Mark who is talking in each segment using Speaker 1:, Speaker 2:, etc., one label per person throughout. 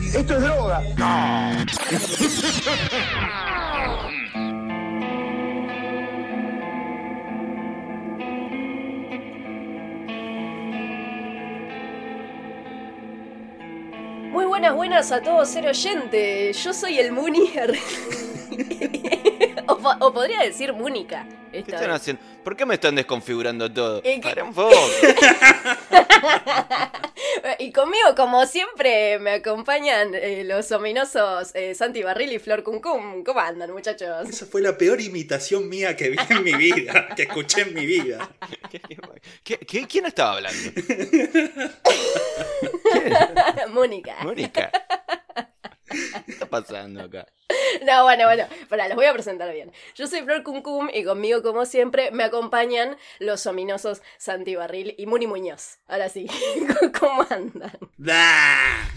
Speaker 1: Esto es droga.
Speaker 2: Muy buenas, buenas a todos, ser oyente. Yo soy el Muni. o, po- o podría decir Múnica.
Speaker 3: ¿Qué
Speaker 2: esta
Speaker 3: están
Speaker 2: vez.
Speaker 3: haciendo? ¿Por qué me están desconfigurando todo?
Speaker 2: Eh, que-
Speaker 3: Pará un poco.
Speaker 2: ¿eh? Y conmigo, como siempre, me acompañan eh, los ominosos eh, Santi Barril y Flor Cum Cum. ¿Cómo andan, muchachos?
Speaker 4: Esa fue la peor imitación mía que vi en mi vida, que escuché en mi vida.
Speaker 3: ¿Qué- qué- quién estaba hablando?
Speaker 2: Mónica.
Speaker 3: Mónica. ¿Qué está pasando acá?
Speaker 2: No, bueno, bueno, para, los voy a presentar bien. Yo soy Flor Cum Cum y conmigo, como siempre, me acompañan los ominosos Santi Barril y Muni Muñoz. Ahora sí, ¿cómo andan?
Speaker 4: ¡Da!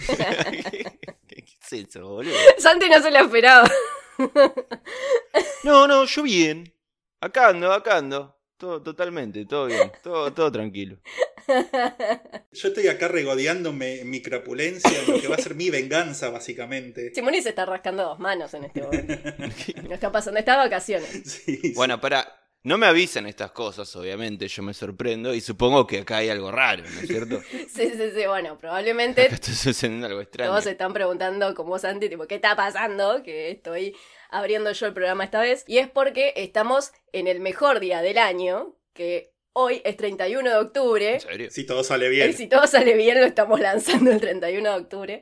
Speaker 3: ¿Qué, qué es eso, boludo?
Speaker 2: Santi no se lo esperaba.
Speaker 3: No, no, yo bien. Acá ando, acá ando. Todo, totalmente, todo bien. Todo, todo tranquilo.
Speaker 4: Yo estoy acá regodeándome en mi crapulencia, en lo que va a ser mi venganza, básicamente.
Speaker 2: Simoni se está rascando dos manos en este momento. No está pasando, está de vacaciones.
Speaker 4: Sí, sí.
Speaker 3: Bueno, para. No me avisan estas cosas, obviamente. Yo me sorprendo y supongo que acá hay algo raro, ¿no es cierto?
Speaker 2: Sí, sí, sí, bueno,
Speaker 3: Acá
Speaker 2: probablemente
Speaker 3: está sucediendo algo extraño.
Speaker 2: todos se están preguntando como Santi, tipo, ¿qué está pasando? Que estoy abriendo yo el programa esta vez. Y es porque estamos en el mejor día del año, que hoy es 31 de octubre.
Speaker 3: ¿En serio?
Speaker 4: Si todo sale bien.
Speaker 2: Y si todo sale bien, lo estamos lanzando el 31 de octubre,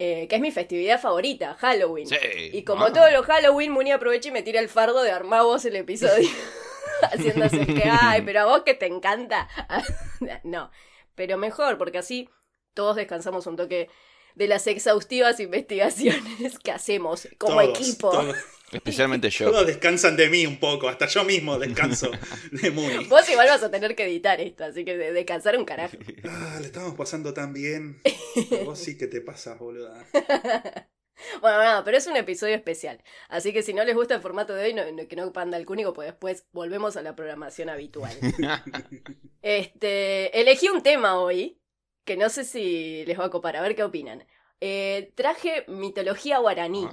Speaker 2: eh, que es mi festividad favorita, Halloween.
Speaker 3: Sí.
Speaker 4: Eh,
Speaker 2: Y como
Speaker 3: Ah.
Speaker 2: todos los Halloween, Muni aprovecha y me tira el fardo de armar vos el episodio. Haciéndose el que, ay, pero a vos que te encanta. no, pero mejor, porque así todos descansamos un toque de las exhaustivas investigaciones que hacemos como
Speaker 4: Todos,
Speaker 2: equipo.
Speaker 4: Todos,
Speaker 3: Especialmente yo.
Speaker 4: todos descansan de mí un poco, hasta yo mismo descanso de Muni.
Speaker 2: Vos igual vas a tener que editar esto, así que de- descansar un carajo.
Speaker 4: Ah, le estamos pasando tan bien. Vos sí que te pasas, boluda.
Speaker 2: Bueno, nada, pero es un episodio especial. Así que si no les gusta el formato de hoy, no, no- que no panda el cúnico, pues después volvemos a la programación habitual. este, elegí un tema hoy, que no sé si les va a copar, a ver qué opinan. Eh, traje mitología guaraní,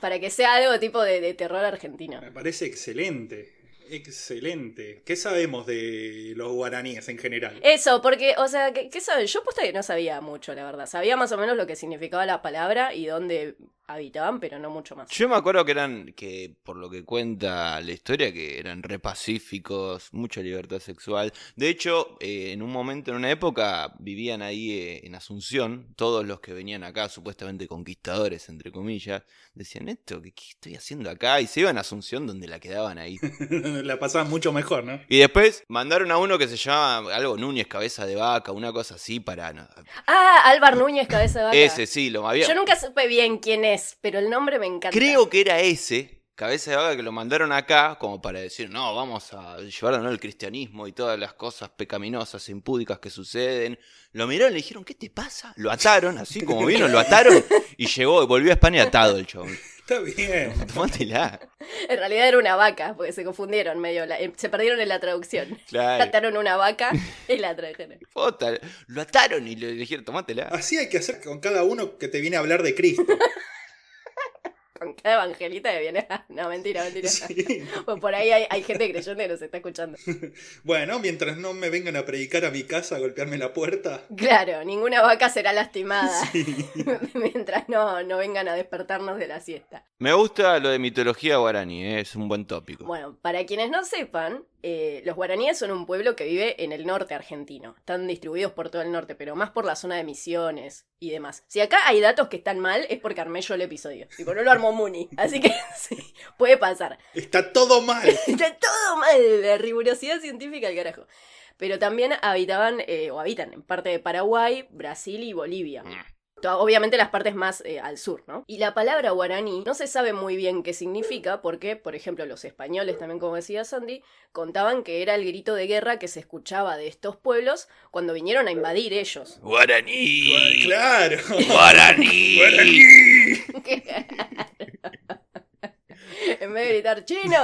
Speaker 2: para que sea algo tipo de, de terror argentino.
Speaker 4: Me parece excelente. Excelente. ¿Qué sabemos de los guaraníes en general?
Speaker 2: Eso, porque, o sea, ¿qué, qué saben? Yo posta que no sabía mucho, la verdad. Sabía más o menos lo que significaba la palabra y dónde habitaban, pero no mucho más.
Speaker 3: Yo me acuerdo que eran, que por lo que cuenta la historia, que eran re pacíficos, mucha libertad sexual. De hecho, eh, en un momento, en una época, vivían ahí eh, en Asunción, todos los que venían acá, supuestamente conquistadores, entre comillas, decían, ¿esto qué, qué estoy haciendo acá? Y se iban a Asunción donde la quedaban ahí.
Speaker 4: La pasaban mucho mejor, ¿no?
Speaker 3: Y después mandaron a uno que se llamaba algo Núñez, cabeza de vaca, una cosa así, para... no,
Speaker 2: Ah, Álvar Núñez, cabeza de vaca.
Speaker 3: ese sí, lo había...
Speaker 2: Yo nunca supe bien quién es, pero el nombre me encanta.
Speaker 3: Creo que era ese, cabeza de vaca, que lo mandaron acá como para decir, no, vamos a llevarlo al cristianismo y todas las cosas pecaminosas, impúdicas que suceden. Lo miraron y le dijeron, ¿qué te pasa? Lo ataron, así como vino, lo ataron y llegó, y volvió a España atado el chabón.
Speaker 4: Está bien.
Speaker 3: Tómatela.
Speaker 2: En realidad era una vaca, porque se confundieron medio, la- eh, se perdieron en la traducción.
Speaker 3: Claro.
Speaker 2: Trataron una vaca y la trajeron.
Speaker 3: Puta, Lo ataron y le dijeron, tómatela.
Speaker 4: Así hay que hacer con cada uno que te viene a hablar de Cristo.
Speaker 2: Con cada evangelita de viene. No, mentira, mentira.
Speaker 4: Sí.
Speaker 2: Pues por ahí hay, hay gente creyente que nos está escuchando.
Speaker 4: Bueno, mientras no me vengan a predicar a mi casa, a golpearme la puerta.
Speaker 2: Claro, ninguna vaca será lastimada. Mientras no, no vengan a despertarnos de la siesta.
Speaker 3: Me gusta lo de mitología guaraní, eh, es un buen tópico.
Speaker 2: Bueno, para quienes no sepan, eh, los guaraníes son un pueblo que vive en el norte argentino. Están distribuidos por todo el norte, pero más por la zona de Misiones y demás. Si acá hay datos que están mal, es porque armé yo el episodio. Y por no lo armó Muni. Así que sí, puede pasar.
Speaker 4: Está todo mal.
Speaker 2: Está todo mal, la rigurosidad científica al carajo. Pero también habitaban, eh, o habitan, en parte de Paraguay, Brasil y Bolivia. To- Obviamente las partes más eh, al sur, ¿no? Y la palabra guaraní no se sabe muy bien qué significa porque, por ejemplo, los españoles, también como decía Sandy, contaban que era el grito de guerra que se escuchaba de estos pueblos cuando vinieron a invadir ellos.
Speaker 3: Guaraní.
Speaker 4: Claro.
Speaker 3: Guaraní.
Speaker 4: Guaraní.
Speaker 2: en vez de gritar chino,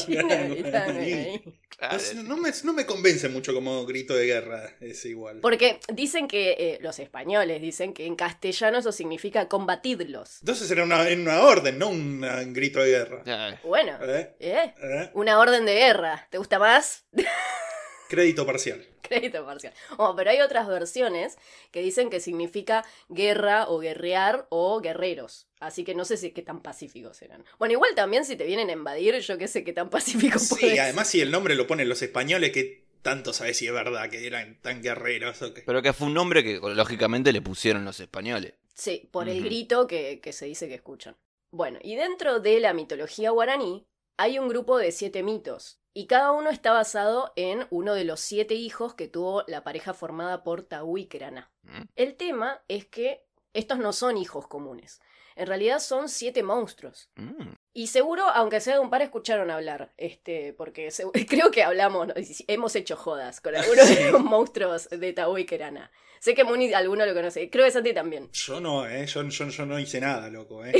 Speaker 2: chino, gritaban guaraní.
Speaker 3: Claro.
Speaker 4: No, no me, no me convence mucho como grito de guerra, es igual.
Speaker 2: Porque dicen que eh, los españoles dicen que en castellano eso significa combatidlos.
Speaker 4: Entonces era una, en una orden, no un, eh, un grito de guerra.
Speaker 3: Claro.
Speaker 2: Bueno,
Speaker 4: ¿Eh?
Speaker 2: ¿eh?
Speaker 4: ¿Eh?
Speaker 2: Una orden de guerra. ¿Te gusta más?
Speaker 4: Crédito parcial.
Speaker 2: Crédito parcial. Oh, pero hay otras versiones que dicen que significa guerra o guerrear o guerreros. Así que no sé si qué tan pacíficos eran. Bueno, igual también si te vienen a invadir, yo qué sé qué tan pacífico
Speaker 4: Sí,
Speaker 2: podés-
Speaker 4: además si el nombre lo ponen los españoles, que tanto sabes si es verdad que eran tan guerreros o que...
Speaker 3: Pero que fue un nombre que lógicamente le pusieron los españoles.
Speaker 2: Sí, por el
Speaker 3: Ujú.
Speaker 2: grito que, que se dice que escuchan. Bueno, y dentro de la mitología guaraní hay un grupo de siete mitos, y cada uno está basado en uno de los siete hijos que tuvo la pareja formada por Taú y Kerana.
Speaker 3: ¿Mm?
Speaker 2: El tema es que estos no son hijos comunes, en realidad son siete monstruos.
Speaker 3: Mm.
Speaker 2: Y seguro, aunque sea de un par, escucharon hablar, este, porque se- creo que hablamos, ¿no? hemos hecho jodas con algunos de los monstruos de Taú y Kerana. Sé que Muni alguno lo conoce, creo que Santi también.
Speaker 4: Yo no, ¿eh? Yo, yo- yo no hice nada, loco, ¿eh?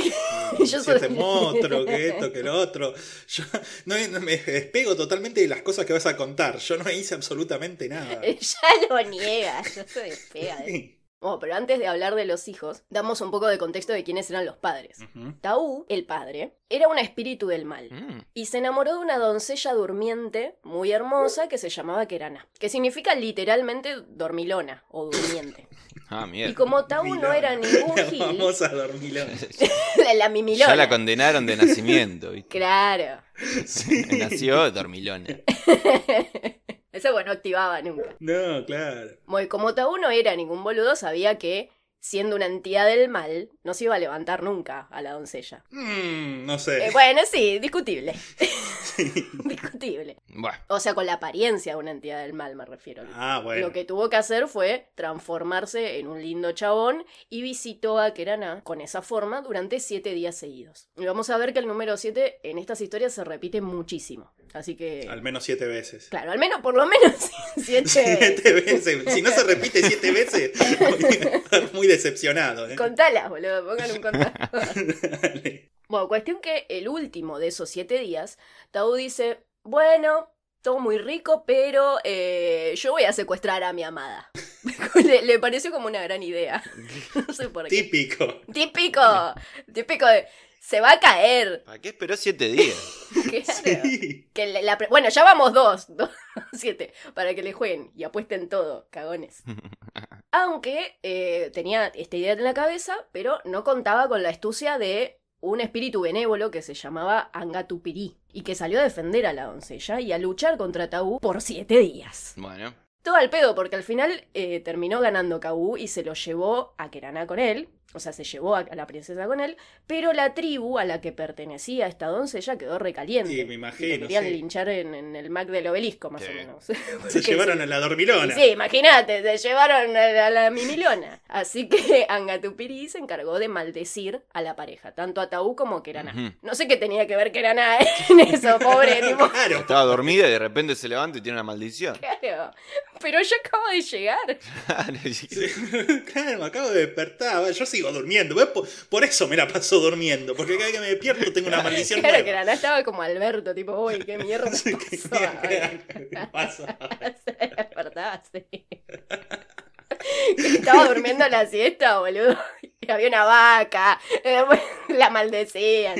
Speaker 2: Yo
Speaker 4: yo soy...
Speaker 2: soy-
Speaker 4: monstruo, que esto, que lo otro. Yo no, no, me despego totalmente de las cosas que vas a contar. Yo no hice absolutamente nada.
Speaker 2: ya lo niega, ya se despega. de- Bueno, pero antes de hablar de los hijos, damos un poco de contexto de quiénes eran los padres.
Speaker 4: Ujú.
Speaker 2: Taú, el padre, era un espíritu del mal.
Speaker 3: Mm. Mm.
Speaker 2: Y se enamoró de una doncella durmiente muy hermosa que se llamaba Kerana, que significa literalmente dormilona o durmiente.
Speaker 3: Ah,
Speaker 2: Y
Speaker 3: mierda.
Speaker 2: como Taú no era ningún
Speaker 4: La
Speaker 2: gil,
Speaker 4: famosa dormilona.
Speaker 2: la, la
Speaker 3: Ya
Speaker 2: mimilona.
Speaker 3: la condenaron de nacimiento, ¿viste?
Speaker 2: Claro.
Speaker 4: Sí.
Speaker 3: Nació dormilona.
Speaker 2: Eso bueno, no activaba nunca.
Speaker 4: No, claro.
Speaker 2: Bueno, como Taú no era ningún boludo, sabía que, siendo una entidad del mal, no se iba a levantar nunca a la doncella.
Speaker 4: Mm, no sé.
Speaker 2: Eh, bueno, sí, discutible. discutible.
Speaker 3: Bueno,
Speaker 2: O sea, con la apariencia de una entidad del mal me refiero.
Speaker 4: ah, bueno.
Speaker 2: Lo que tuvo que hacer fue transformarse en un lindo chabón y visitó a Kerana con esa forma durante siete días seguidos. Y vamos a ver que el número siete en estas historias se repite muchísimo. Así que...
Speaker 4: Al menos siete veces.
Speaker 2: Claro, al menos, por lo menos siete...
Speaker 4: Siete veces. Si no se repite siete veces, voy a estar muy decepcionado. ¿eh?
Speaker 2: Contalas, boludo, pongan un contador.
Speaker 4: Dale.
Speaker 2: Bueno, cuestión que el último de esos siete días, Tau dice, bueno, todo muy rico, pero eh, yo voy a secuestrar a mi amada. le, le pareció como una gran idea. no sé por qué.
Speaker 4: Típico.
Speaker 2: Típico, típico de, se va a caer.
Speaker 3: ¿para qué esperó siete días?
Speaker 2: Claro.
Speaker 4: Sí.
Speaker 2: Que la- la pre- bueno, ya vamos dos, dos, siete, para que le jueguen y apuesten todo, cagones. Aunque eh, tenía esta idea en la cabeza, pero no contaba con la astucia de un espíritu benévolo que se llamaba Angatupirí y que salió a defender a la doncella y a luchar contra Tabú por siete días.
Speaker 3: Bueno,
Speaker 2: Todo al pedo, porque al final eh, terminó ganando Kabú y se lo llevó a Kerana con él. O sea, se llevó a, a la princesa con él. Pero la tribu a la que pertenecía esta doncella quedó recaliente.
Speaker 4: Sí, me imagino,
Speaker 2: Y le querían
Speaker 4: sí.
Speaker 2: linchar en, en el Mac del obelisco, más
Speaker 3: Sí.
Speaker 2: o menos.
Speaker 4: Se
Speaker 2: Porque
Speaker 4: llevaron
Speaker 2: sí.
Speaker 4: a la dormilona.
Speaker 2: Sí, imagínate, se llevaron a la, a la mimilona. Así que Angatupiri se encargó de maldecir a la pareja, tanto a Tabú como a Kerana.
Speaker 3: Ujú.
Speaker 2: No sé qué tenía que ver Kerana en eso, pobre, tipo.
Speaker 4: Claro.
Speaker 3: estaba dormida y de repente se levanta y tiene una maldición.
Speaker 2: Claro, pero yo acabo de llegar.
Speaker 4: Sí, Claro, me acabo de despertar. Bueno, Yo sigo durmiendo. ¿ves? Por, por eso me la paso durmiendo. Porque cada vez que me despierto tengo una maldición.
Speaker 2: Claro que
Speaker 4: nueva.
Speaker 2: Naná estaba como Alberto, tipo, uy, qué mierda
Speaker 4: Así que,
Speaker 2: pasó ahora?"
Speaker 4: ¿qué pasa?
Speaker 2: Se despertaba así. Estaba durmiendo la siesta, boludo. Y había una vaca. y después la maldecían.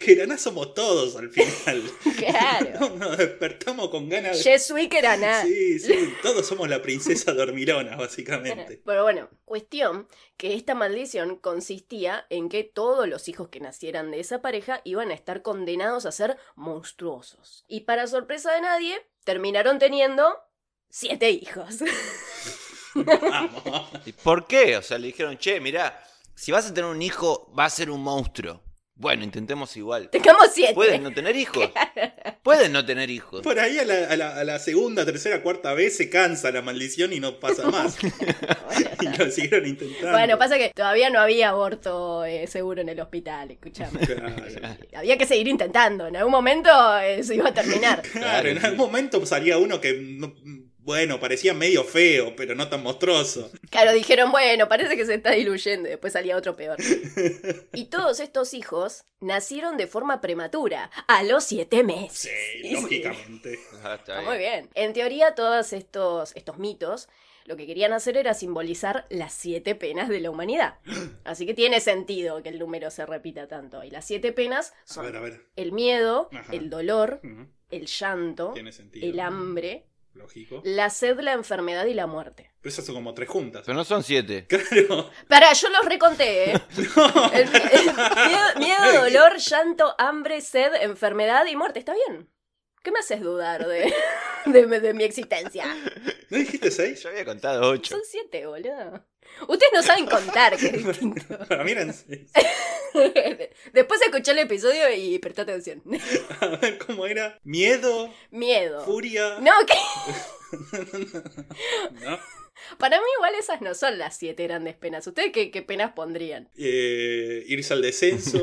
Speaker 4: Queraná somos todos al final.
Speaker 2: Claro.
Speaker 4: Nos despertamos con ganas de.
Speaker 2: Jesui que era nada.
Speaker 4: Sí, sí, todos somos la princesa dormilona, básicamente.
Speaker 2: Pero bueno, cuestión que esta maldición consistía en que todos los hijos que nacieran de esa pareja iban a estar condenados a ser monstruosos. Y para sorpresa de nadie, terminaron teniendo siete hijos.
Speaker 4: Vamos.
Speaker 3: ¿Y por qué? O sea, le dijeron, che, mirá, si vas a tener un hijo, va a ser un monstruo. Bueno, intentemos igual.
Speaker 2: Tengamos siete.
Speaker 3: Pueden no tener hijos. Pueden no tener hijos.
Speaker 4: Por ahí a la, a la- a la segunda, tercera, cuarta vez se cansa la maldición y no pasa más. y lo siguieron intentando.
Speaker 2: Bueno, pasa que todavía no había aborto eh, seguro en el hospital, escuchame.
Speaker 4: Claro.
Speaker 2: había que seguir intentando. En algún momento eh, se iba a terminar.
Speaker 4: Claro, en algún momento salía uno que no- bueno, parecía medio feo, pero no tan monstruoso.
Speaker 2: Claro, dijeron, bueno, parece que se está diluyendo. y Después salía otro peor. Y todos estos hijos nacieron de forma prematura, a los siete
Speaker 4: Sí,
Speaker 2: meses. Y
Speaker 4: lógicamente.
Speaker 3: Ah, está
Speaker 2: Está
Speaker 3: bien.
Speaker 2: muy bien. En teoría, todos estos, estos mitos lo que querían hacer era simbolizar las siete penas de la humanidad. Así que tiene sentido que el número se repita tanto. Y las siete penas
Speaker 4: A ver,
Speaker 2: son
Speaker 4: a ver.
Speaker 2: el miedo,
Speaker 4: Ajá.
Speaker 2: el dolor,
Speaker 4: Ujú,
Speaker 2: el llanto,
Speaker 4: Tiene sentido.
Speaker 2: el hambre,
Speaker 4: Lógico.
Speaker 2: la sed, la enfermedad y la muerte.
Speaker 4: Pero esas son como tres juntas.
Speaker 3: Pero no son siete.
Speaker 4: Claro.
Speaker 2: Pará, yo los reconté, ¿eh?
Speaker 4: No.
Speaker 2: El- el miedo, miedo, dolor, llanto, hambre, sed, enfermedad y muerte. ¿Está bien? ¿Qué me haces dudar de, de- de mi existencia?
Speaker 4: ¿No dijiste seis?
Speaker 3: Yo había contado ocho.
Speaker 2: Son siete, boludo. Ustedes no saben contar, que es distinto.
Speaker 4: Para mí eran seis.
Speaker 2: Después escuché el episodio y prestá atención.
Speaker 4: A ver cómo era. Miedo,
Speaker 2: Miedo.
Speaker 4: furia.
Speaker 2: No, que
Speaker 4: ¿no?
Speaker 2: para mí igual esas no son las siete grandes penas. ¿Ustedes qué, qué penas pondrían?
Speaker 4: Eh, irse al descenso.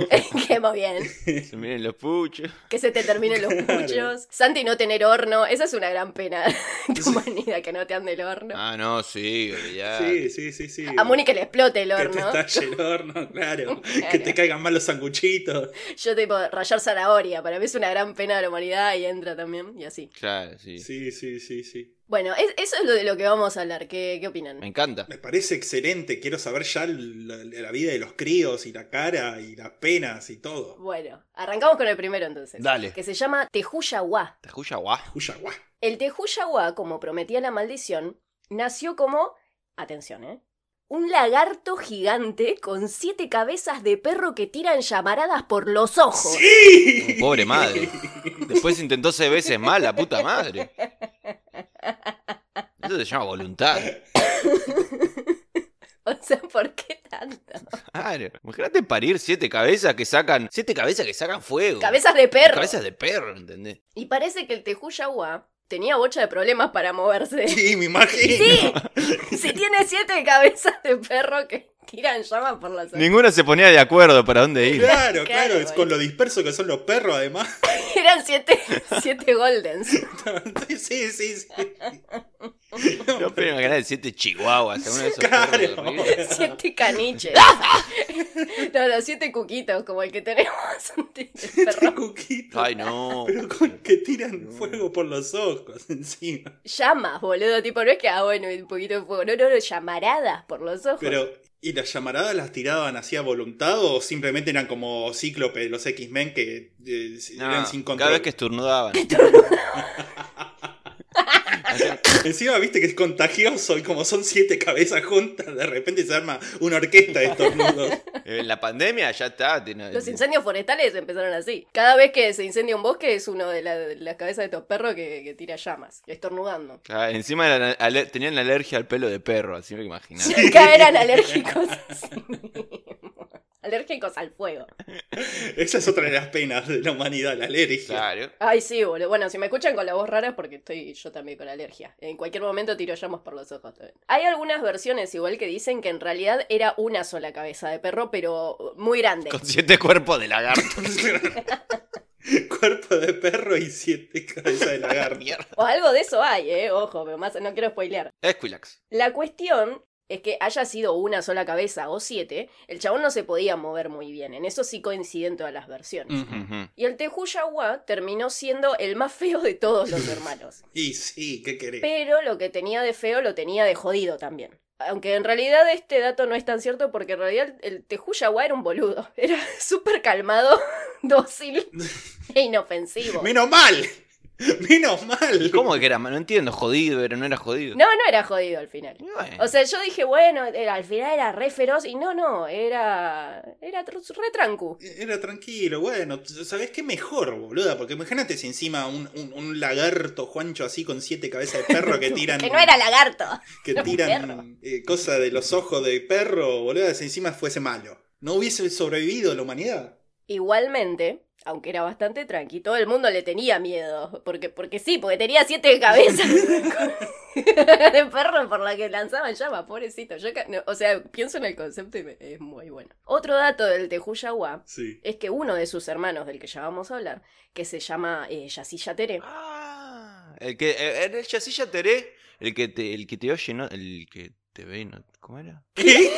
Speaker 2: que muy bien.
Speaker 3: Se miren los puchos.
Speaker 2: Que se te terminen los
Speaker 4: Claro.
Speaker 2: puchos. Santi no tener horno. Esa es una gran pena de tu humanidad, que no te ande el horno.
Speaker 3: Ah, no, sí, ya.
Speaker 4: Sí, sí, sí, sí.
Speaker 2: A Moni que le explote el
Speaker 4: Ah, Que te
Speaker 2: horno.
Speaker 4: estalle el horno, claro. Que
Speaker 2: Claro.
Speaker 4: te caigan mal los sanguchitos.
Speaker 2: Yo tipo, rayar zanahoria, para mí es una gran pena de la humanidad y entra también, y así.
Speaker 3: Claro, sí.
Speaker 4: Sí, sí, sí, sí.
Speaker 2: Bueno, es- eso es lo de lo que vamos a hablar, ¿qué, qué opinan?
Speaker 3: Me encanta.
Speaker 4: Me parece excelente. Quiero saber ya la, la vida de los críos y la cara y las penas y todo.
Speaker 2: Bueno, arrancamos con el primero entonces.
Speaker 3: Dale.
Speaker 2: Que se llama Tejuyahuá.
Speaker 3: Tajuya guá.
Speaker 4: Uya, guau.
Speaker 2: El Tejuyahuá, como prometía la maldición, nació como. Atención, ¿eh? Un lagarto gigante con siete cabezas de perro que tiran llamaradas por los ojos.
Speaker 4: ¡Sí!
Speaker 3: Pobre madre. Después intentó seis veces más, la puta madre. Eso se llama voluntad.
Speaker 2: O sea, ¿por qué tanto?
Speaker 3: Claro. Imagínate parir siete cabezas que sacan. Siete cabezas que sacan fuego.
Speaker 2: Cabezas de perro.
Speaker 3: Cabezas de perro, ¿entendés?
Speaker 2: Y parece que el Tejuyahuá tenía bocha de problemas para moverse.
Speaker 4: Sí, me imagino.
Speaker 2: Sí, si tiene siete cabezas de perro que tiran llamas por las orejas.
Speaker 3: Ninguna se ponía de acuerdo para dónde ir.
Speaker 4: Claro,
Speaker 2: Claro,
Speaker 4: claro, es
Speaker 2: bueno.
Speaker 4: con lo disperso que son los perros, además.
Speaker 2: Eran siete, siete goldens.
Speaker 4: Sí, sí, sí. sí.
Speaker 3: No, pero imagínate siete chihuahuas. uno de esos
Speaker 4: Claro.
Speaker 3: perros horribles.
Speaker 2: Siete caniches. No, no, siete cuquitos, como el que tenemos antes del
Speaker 4: Este
Speaker 2: perro.
Speaker 4: cuquito.
Speaker 3: Ay, no.
Speaker 4: Pero con que tiran fuego por los ojos encima.
Speaker 2: Llamas, boludo, tipo, no es que, ah, bueno, un poquito de fuego. No, no, no, llamaradas por los ojos.
Speaker 4: Pero, ¿y las llamaradas las tiraban así a voluntad o simplemente eran como cíclope de los X-Men que eh,
Speaker 3: No,
Speaker 4: eran sin control?
Speaker 3: Ah, cada vez que estornudaban.
Speaker 4: Encima viste que es contagioso y como son siete cabezas juntas, de repente se arma una orquesta de estornudos.
Speaker 3: Eh, En la pandemia ya está. tiene-
Speaker 2: Los incendios forestales empezaron así. Cada vez que se incendia un bosque es uno de, la- de las cabezas de estos perros que, que tira llamas, estornudando.
Speaker 3: Ah, encima eran ale- tenían alergia al pelo de perro, así me imaginaba.
Speaker 2: Acá eran alérgicos. a sí mismos. alérgicos al fuego.
Speaker 4: Esa es otra de las penas de la humanidad, la alergia.
Speaker 3: Claro.
Speaker 2: Ay, sí, boludo. Bueno, si me escuchan con la voz rara es porque estoy yo también con alergia. En cualquier momento tiro llamas por los ojos también. Hay algunas versiones igual que dicen que en realidad era una sola cabeza de perro, pero muy grande.
Speaker 3: Con siete cuerpos de lagarto.
Speaker 4: Cuerpo de perro y siete cabezas de lagarto.
Speaker 3: Mierda.
Speaker 2: O algo de eso hay, eh. Ojo, pero más no quiero spoilear.
Speaker 3: Esquilax.
Speaker 2: La cuestión es que haya sido una sola cabeza o siete, el chabón no se podía mover muy bien. En eso sí coinciden todas las versiones.
Speaker 3: Ujú.
Speaker 2: Y el Tejuyahuá terminó siendo el más feo de todos los hermanos.
Speaker 4: Y sí, ¿qué querés?
Speaker 2: Pero lo que tenía de feo lo tenía de jodido también. Aunque en realidad este dato no es tan cierto porque en realidad el Tejuyahuá era un boludo. Era súper calmado, dócil e inofensivo.
Speaker 4: Menos mal. Menos mal.
Speaker 3: ¿Cómo que era? No entiendo, jodido, pero no era jodido.
Speaker 2: No, no era jodido al final.
Speaker 3: Y bueno,
Speaker 2: O sea, yo dije, bueno, era- al final era re feroz y no, no, era. Era tr- re trancu.
Speaker 4: Era tranquilo, bueno, ¿sabés qué mejor, boluda? Porque imagínate si encima un, un- un lagarto Juancho así con siete cabezas de perro que tiran.
Speaker 2: Que no era lagarto.
Speaker 4: que
Speaker 2: era un
Speaker 4: tiran eh, cosa de los ojos de perro, boluda, si encima fuese malo. No hubiese sobrevivido la humanidad.
Speaker 2: Igualmente, aunque era bastante tranqui, todo el mundo le tenía miedo. Porque, porque sí, porque tenía siete cabezas de perro por la que lanzaban llamas, pobrecito. Yo, ca- no, o sea, pienso en el concepto y me- es muy bueno. Otro dato del Tejuyahuá
Speaker 4: Sí.
Speaker 2: es que uno de sus hermanos, del que ya vamos a hablar, que se llama eh, Yací Yateré,
Speaker 3: Ah, el que eh, era el chasilla Teré El que te, el que te oye, no, el que te ve y no. ¿Cómo era?
Speaker 4: ¿Qué?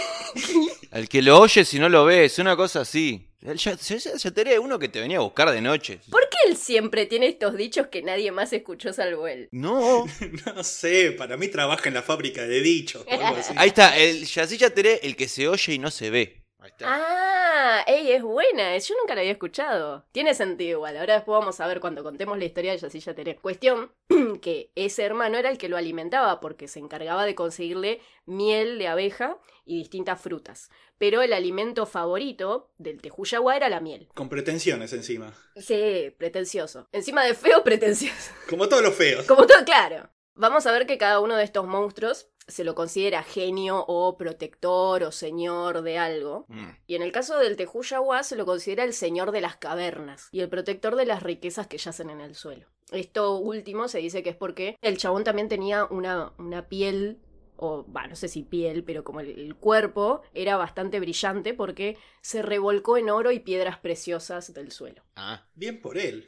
Speaker 3: Al que lo oye si no lo ves, una cosa así. Ya, ya, ya- ya tenés uno que te venía a buscar de noche.
Speaker 2: ¿Por qué él siempre tiene estos dichos que nadie más escuchó salvo él?
Speaker 3: No.
Speaker 4: No sé, para mí trabaja en la fábrica de dichos. o algo así.
Speaker 3: Ahí está, el Yací Yateré, el que se oye y no se ve. Ahí está.
Speaker 2: Ah, ey, es buena, es- yo nunca la había escuchado. Tiene sentido igual, ahora después vamos a ver cuando contemos la historia de Yasilla Teré. Cuestión que ese hermano era el que lo alimentaba porque se encargaba de conseguirle miel de abeja y distintas frutas. Pero el alimento favorito del Tejuyahua era la miel.
Speaker 4: Con pretensiones encima.
Speaker 2: Sí, pretencioso. Encima de feo, pretencioso.
Speaker 4: Como todos los feos.
Speaker 2: Como todo claro. Vamos a ver que cada uno de estos monstruos se lo considera genio o protector o señor de algo.
Speaker 3: Mm.
Speaker 2: Y en el caso del Tejuyahuá se lo considera el señor de las cavernas y el protector de las riquezas que yacen en el suelo. Esto último se dice que es porque el chabón también tenía una, una piel, o va, no sé si piel, pero como el, el cuerpo era bastante brillante porque se revolcó en oro y piedras preciosas del suelo.
Speaker 3: Ah.
Speaker 4: Bien por él.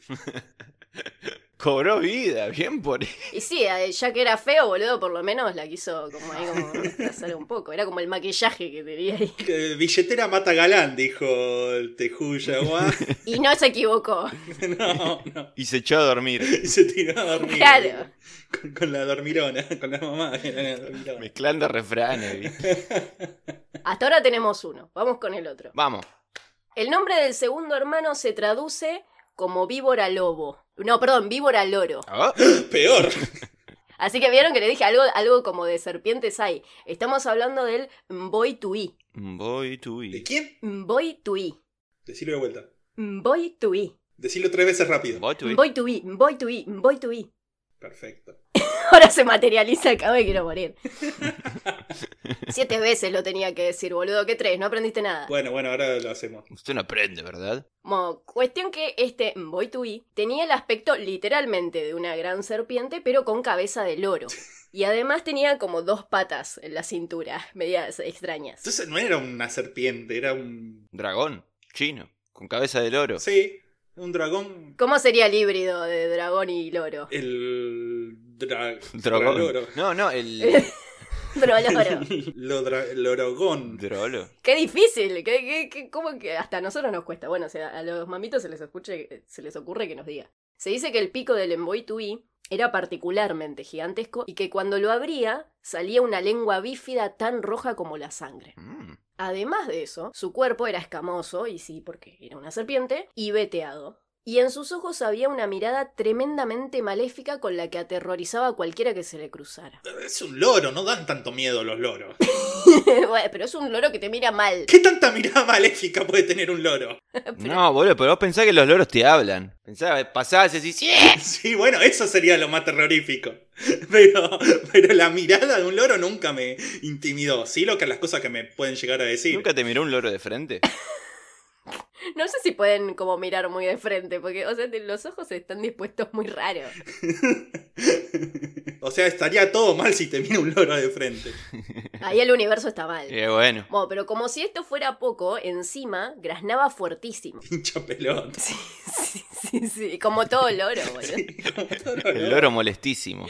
Speaker 3: Cobró vida, bien por él.
Speaker 2: Y sí, eh, ya que era feo, boludo, por lo menos la quiso como ahí como disfrazar un poco. Era como el maquillaje que tenía ahí.
Speaker 4: Eh, Billetera mata galán, dijo el Tejuya. guau.
Speaker 2: Y no se equivocó.
Speaker 4: No, no.
Speaker 3: Y se echó a dormir,
Speaker 4: Y se tiró a dormir.
Speaker 2: Claro.
Speaker 4: Con, con la dormirona, con la mamá. que era la dormirona.
Speaker 3: mezclando refranes. ¿viste?
Speaker 2: Hasta ahora tenemos uno. Vamos con el otro.
Speaker 3: Vamos.
Speaker 2: El nombre del segundo hermano se traduce como víbora lobo. No, perdón, víbora loro.
Speaker 3: Ah,
Speaker 4: Peor.
Speaker 2: Así que vieron que le dije algo, algo como de serpientes hay. Estamos hablando del Mboy Tui.
Speaker 3: Voy tú
Speaker 4: ¿De
Speaker 3: y.
Speaker 4: quién?
Speaker 2: Mboy Tui.
Speaker 4: Decirlo de vuelta.
Speaker 2: Mboy Tui.
Speaker 4: Decirlo tres veces rápido.
Speaker 3: Voy tú y.
Speaker 2: Mboy Tui. Mboy Tui. Mboy Tui.
Speaker 4: Perfecto.
Speaker 2: Ahora se materializa, acá me quiero morir. Siete veces lo tenía que decir, boludo, que tres, no aprendiste nada.
Speaker 4: Bueno, bueno, ahora lo hacemos.
Speaker 3: Usted no aprende, ¿verdad?
Speaker 2: Mo, cuestión que este Mboitui tenía el aspecto literalmente de una gran serpiente, pero con cabeza de loro. Y además tenía como dos patas en la cintura, medias extrañas.
Speaker 4: Entonces no era una serpiente, era un.
Speaker 3: Dragón, chino, con cabeza de loro.
Speaker 4: Sí, un dragón.
Speaker 2: ¿Cómo sería el híbrido de dragón y loro?
Speaker 4: El. Dra...
Speaker 3: Dragón.
Speaker 4: Droloro.
Speaker 3: No, no, el.
Speaker 2: Droloro.
Speaker 4: Lo dra- Lorogón.
Speaker 3: Drolo.
Speaker 2: Qué difícil, qué, qué- qué- cómo que hasta a nosotros nos cuesta. Bueno, o sea, a los mamitos se les, escuche, se les ocurre que nos diga. Se dice que el pico del Emboitui era particularmente gigantesco y que cuando lo abría salía una lengua bífida tan roja como la sangre.
Speaker 3: Mm.
Speaker 2: Además de eso, su cuerpo era escamoso, y sí, porque era una serpiente, y veteado. Y en sus ojos había una mirada tremendamente maléfica con la que aterrorizaba a cualquiera que se le cruzara.
Speaker 4: Es un loro, no dan tanto miedo los loros.
Speaker 2: Bueno, pero es un loro que te mira mal.
Speaker 4: ¿Qué tanta mirada maléfica puede tener un loro?
Speaker 3: No, boludo, pero vos pensás que los loros te hablan. Pensás, pasás y decís, "Sí".
Speaker 4: Sí, bueno, eso sería lo más terrorífico. Pero, pero la mirada de un loro nunca me intimidó. Sí, lo que las cosas que me pueden llegar a decir.
Speaker 3: ¿Nunca te miró un loro de frente?
Speaker 2: No sé si pueden como mirar muy de frente, porque, o sea, te- los ojos están dispuestos muy raro.
Speaker 4: o sea, estaría todo mal si te viene un loro de frente.
Speaker 2: Ahí el universo está mal.
Speaker 3: Eh, bueno.
Speaker 2: Bueno, pero como si esto fuera poco, encima graznaba fuertísimo.
Speaker 4: Pincha pelota.
Speaker 2: Sí, sí, sí, sí, como todo loro, boludo.
Speaker 4: Como todo
Speaker 3: El loro molestísimo.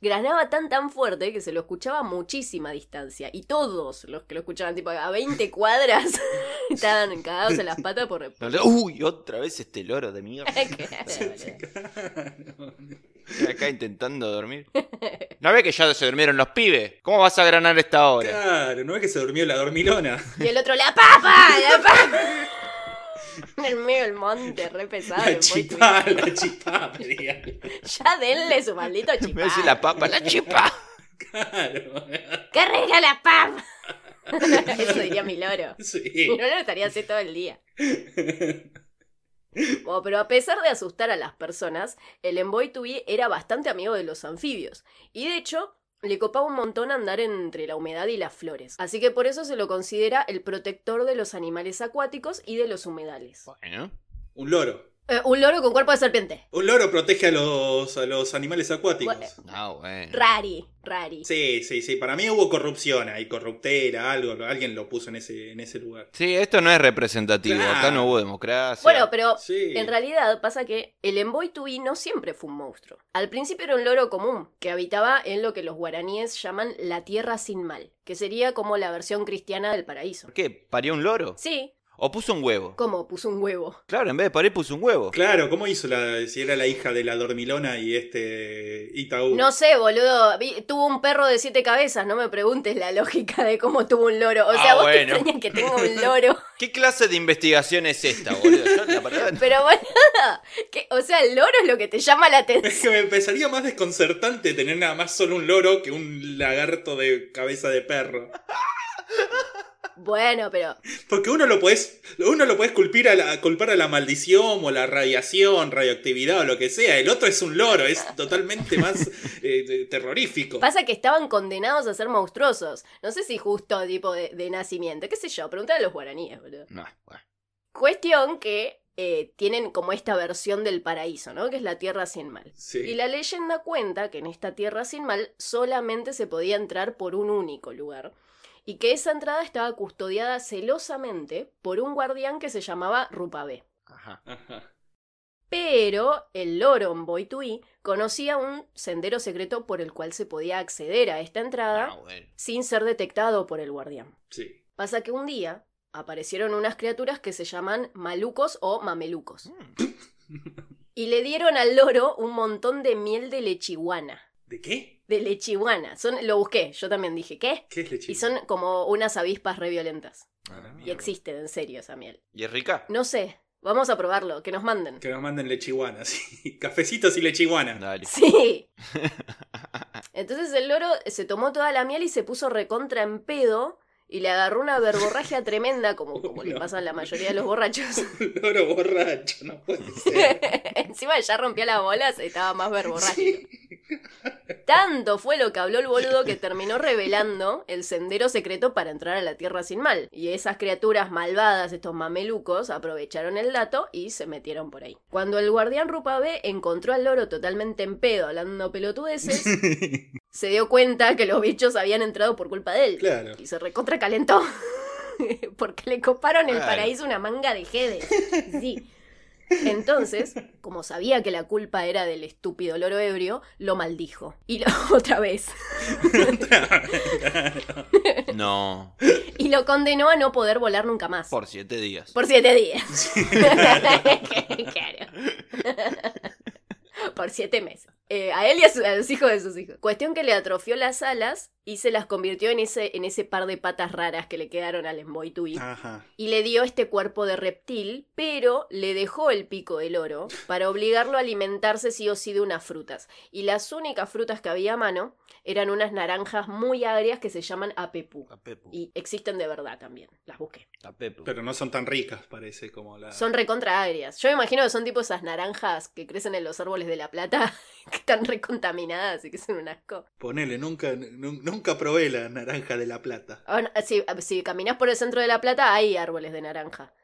Speaker 2: Granaba tan tan fuerte que se lo escuchaba a muchísima distancia. Y todos los que lo escuchaban, tipo a 20 cuadras, estaban cagados en las patas por.
Speaker 3: Uy, otra vez este loro de mierda.
Speaker 2: Claro,
Speaker 3: Acá intentando dormir. ¿No ves que ya se durmieron los pibes? ¿Cómo vas a granar esta hora?
Speaker 4: Claro, ¿no es que se durmió la dormilona?
Speaker 2: y el otro, la papa, la papa. En el medio del monte, re pesado.
Speaker 4: La
Speaker 2: el boy tuyo.
Speaker 4: chipá, la chipá, me diga.
Speaker 2: Ya denle su maldito
Speaker 3: Me voy a decir la
Speaker 2: chipá.
Speaker 3: papa, la chipa.
Speaker 4: Claro.
Speaker 2: ¡Qué rica la papa! Eso diría mi loro. Mi
Speaker 4: Sí.
Speaker 2: loro estaría así todo el día. Bueno, pero a pesar de asustar a las personas, el Emboitui era bastante amigo de los anfibios. Y de hecho, le copaba un montón andar entre la humedad y las flores. Así que por eso se lo considera el protector de los animales acuáticos y de los humedales.
Speaker 3: Bueno.
Speaker 4: Un loro.
Speaker 2: Eh, un loro con cuerpo de serpiente.
Speaker 4: Un loro protege a los, a los animales acuáticos.
Speaker 2: Bueno.
Speaker 3: Ah, bueno.
Speaker 2: Rari, rari.
Speaker 4: Sí, sí, sí. Para mí hubo corrupción ahí, corruptela, algo. lo- Alguien lo puso en ese, en ese lugar.
Speaker 3: Sí, esto no es representativo.
Speaker 4: Claro.
Speaker 3: Acá no hubo democracia.
Speaker 2: Bueno, pero
Speaker 4: Sí.
Speaker 2: en realidad pasa que el Emboy Tui no siempre fue un monstruo. Al principio era un loro común que habitaba en lo que los guaraníes llaman la tierra sin mal, que sería como la versión cristiana del paraíso.
Speaker 3: ¿Por qué? ¿Parió un loro?
Speaker 2: Sí,
Speaker 3: ¿O puso un huevo?
Speaker 2: como puso un huevo.
Speaker 3: Claro, en vez de parir puso un huevo.
Speaker 4: Claro, ¿cómo hizo la, si era la hija de la dormilona y este Itaú?
Speaker 2: No sé, boludo. Vi- tuvo un perro de siete cabezas. No me preguntes la lógica de cómo tuvo un loro. O sea,
Speaker 3: Ah,
Speaker 2: vos te
Speaker 3: bueno.
Speaker 2: extrañas que tenga un loro.
Speaker 3: ¿Qué clase de investigación es esta, boludo? Yo, la verdad,
Speaker 2: Pero bueno, nada. Que- O sea, el loro es lo que te llama la atención.
Speaker 4: Es que me empezaría más desconcertante tener nada más solo un loro que un lagarto de cabeza de perro.
Speaker 2: Bueno, pero
Speaker 4: Porque uno lo podés, uno lo podés culpir a la, culpar a la maldición o la radiación, radioactividad o lo que sea. El otro es un loro, es totalmente más eh, de- terrorífico.
Speaker 2: pasa que estaban condenados a ser monstruosos. No sé si justo tipo de, de nacimiento. ¿Qué sé yo? Preguntale a los guaraníes, boludo.
Speaker 3: No, bueno.
Speaker 2: Cuestión que eh, tienen como esta versión del paraíso, ¿no? Que es la tierra sin mal. Y
Speaker 4: Sí.
Speaker 2: la leyenda cuenta que en esta tierra sin mal solamente se podía entrar por un único lugar. Y que esa entrada estaba custodiada celosamente por un guardián que se llamaba Rupabé.
Speaker 3: Ajá.
Speaker 4: Ajá.
Speaker 2: Pero el loro Mboitui conocía un sendero secreto por el cual se podía acceder a esta
Speaker 3: Ah,
Speaker 2: entrada
Speaker 3: bueno.
Speaker 2: sin ser detectado por el guardián.
Speaker 4: Sí.
Speaker 2: Pasa que un día aparecieron unas criaturas que se llaman malucos o mamelucos.
Speaker 3: Mm.
Speaker 2: Y le dieron al loro un montón de miel de lechiguana.
Speaker 4: ¿De qué?
Speaker 2: De lechiguana. Son, lo busqué, yo también dije, ¿qué?
Speaker 4: ¿Qué es lechita?
Speaker 2: Y son como unas avispas re violentas.
Speaker 3: Ah,
Speaker 2: Y existe, en serio, esa miel.
Speaker 3: ¿Y es rica?
Speaker 2: No sé, vamos a probarlo, que nos manden.
Speaker 4: Que nos manden lechiguanas. sí. Cafecitos y lechiguana.
Speaker 3: Dale.
Speaker 2: Sí. Entonces el loro se tomó toda la miel y se puso recontra en pedo y le agarró una verborragia tremenda, como, como le
Speaker 4: No.
Speaker 2: pasa a la mayoría de los borrachos.
Speaker 4: Un loro borracho, no puede ser.
Speaker 2: Encima ya rompió las bolas, estaba más verborrágico. Tanto fue lo que habló el boludo que terminó revelando el sendero secreto para entrar a la Tierra sin mal. Y esas criaturas malvadas, estos mamelucos, aprovecharon el dato y se metieron por ahí. Cuando el guardián Rupabe encontró al loro totalmente en pedo hablando pelotudeces, se dio cuenta que los bichos habían entrado por culpa de él.
Speaker 4: Claro.
Speaker 2: Y se recontra calentó. Porque le coparon el
Speaker 3: Claro.
Speaker 2: paraíso una manga de jedes. Sí. Entonces, como sabía que la culpa era del estúpido loro ebrio, lo maldijo. Y lo- otra vez.
Speaker 3: No.
Speaker 2: Y lo condenó a no poder volar nunca más. Por,
Speaker 3: Por siete días.
Speaker 2: siete días. claro. Por siete meses. Eh, a él y a, su- a los hijos de sus hijos. Cuestión que le atrofió las alas y se las convirtió en ese, en ese par de patas raras que le quedaron al Smboitui.
Speaker 4: Ajá.
Speaker 2: y le dio este cuerpo de reptil, pero le dejó el pico del oro para obligarlo a alimentarse sí o sí de unas frutas. Y las únicas frutas que había a mano eran unas naranjas muy agrias que se llaman apepú.
Speaker 3: Tapepu.
Speaker 2: Y existen de verdad también, las busqué.
Speaker 3: Tapepu.
Speaker 4: Pero no son tan ricas, parece, como la.
Speaker 2: Son recontra agrias. Yo me imagino que son tipo esas naranjas que crecen en los árboles de la plata, que están recontaminadas y que son un asco.
Speaker 4: Ponele, nunca, nun- nunca probé la naranja de la plata.
Speaker 2: Ahora, Ah, si, si caminas por el centro de la plata, hay árboles de naranja.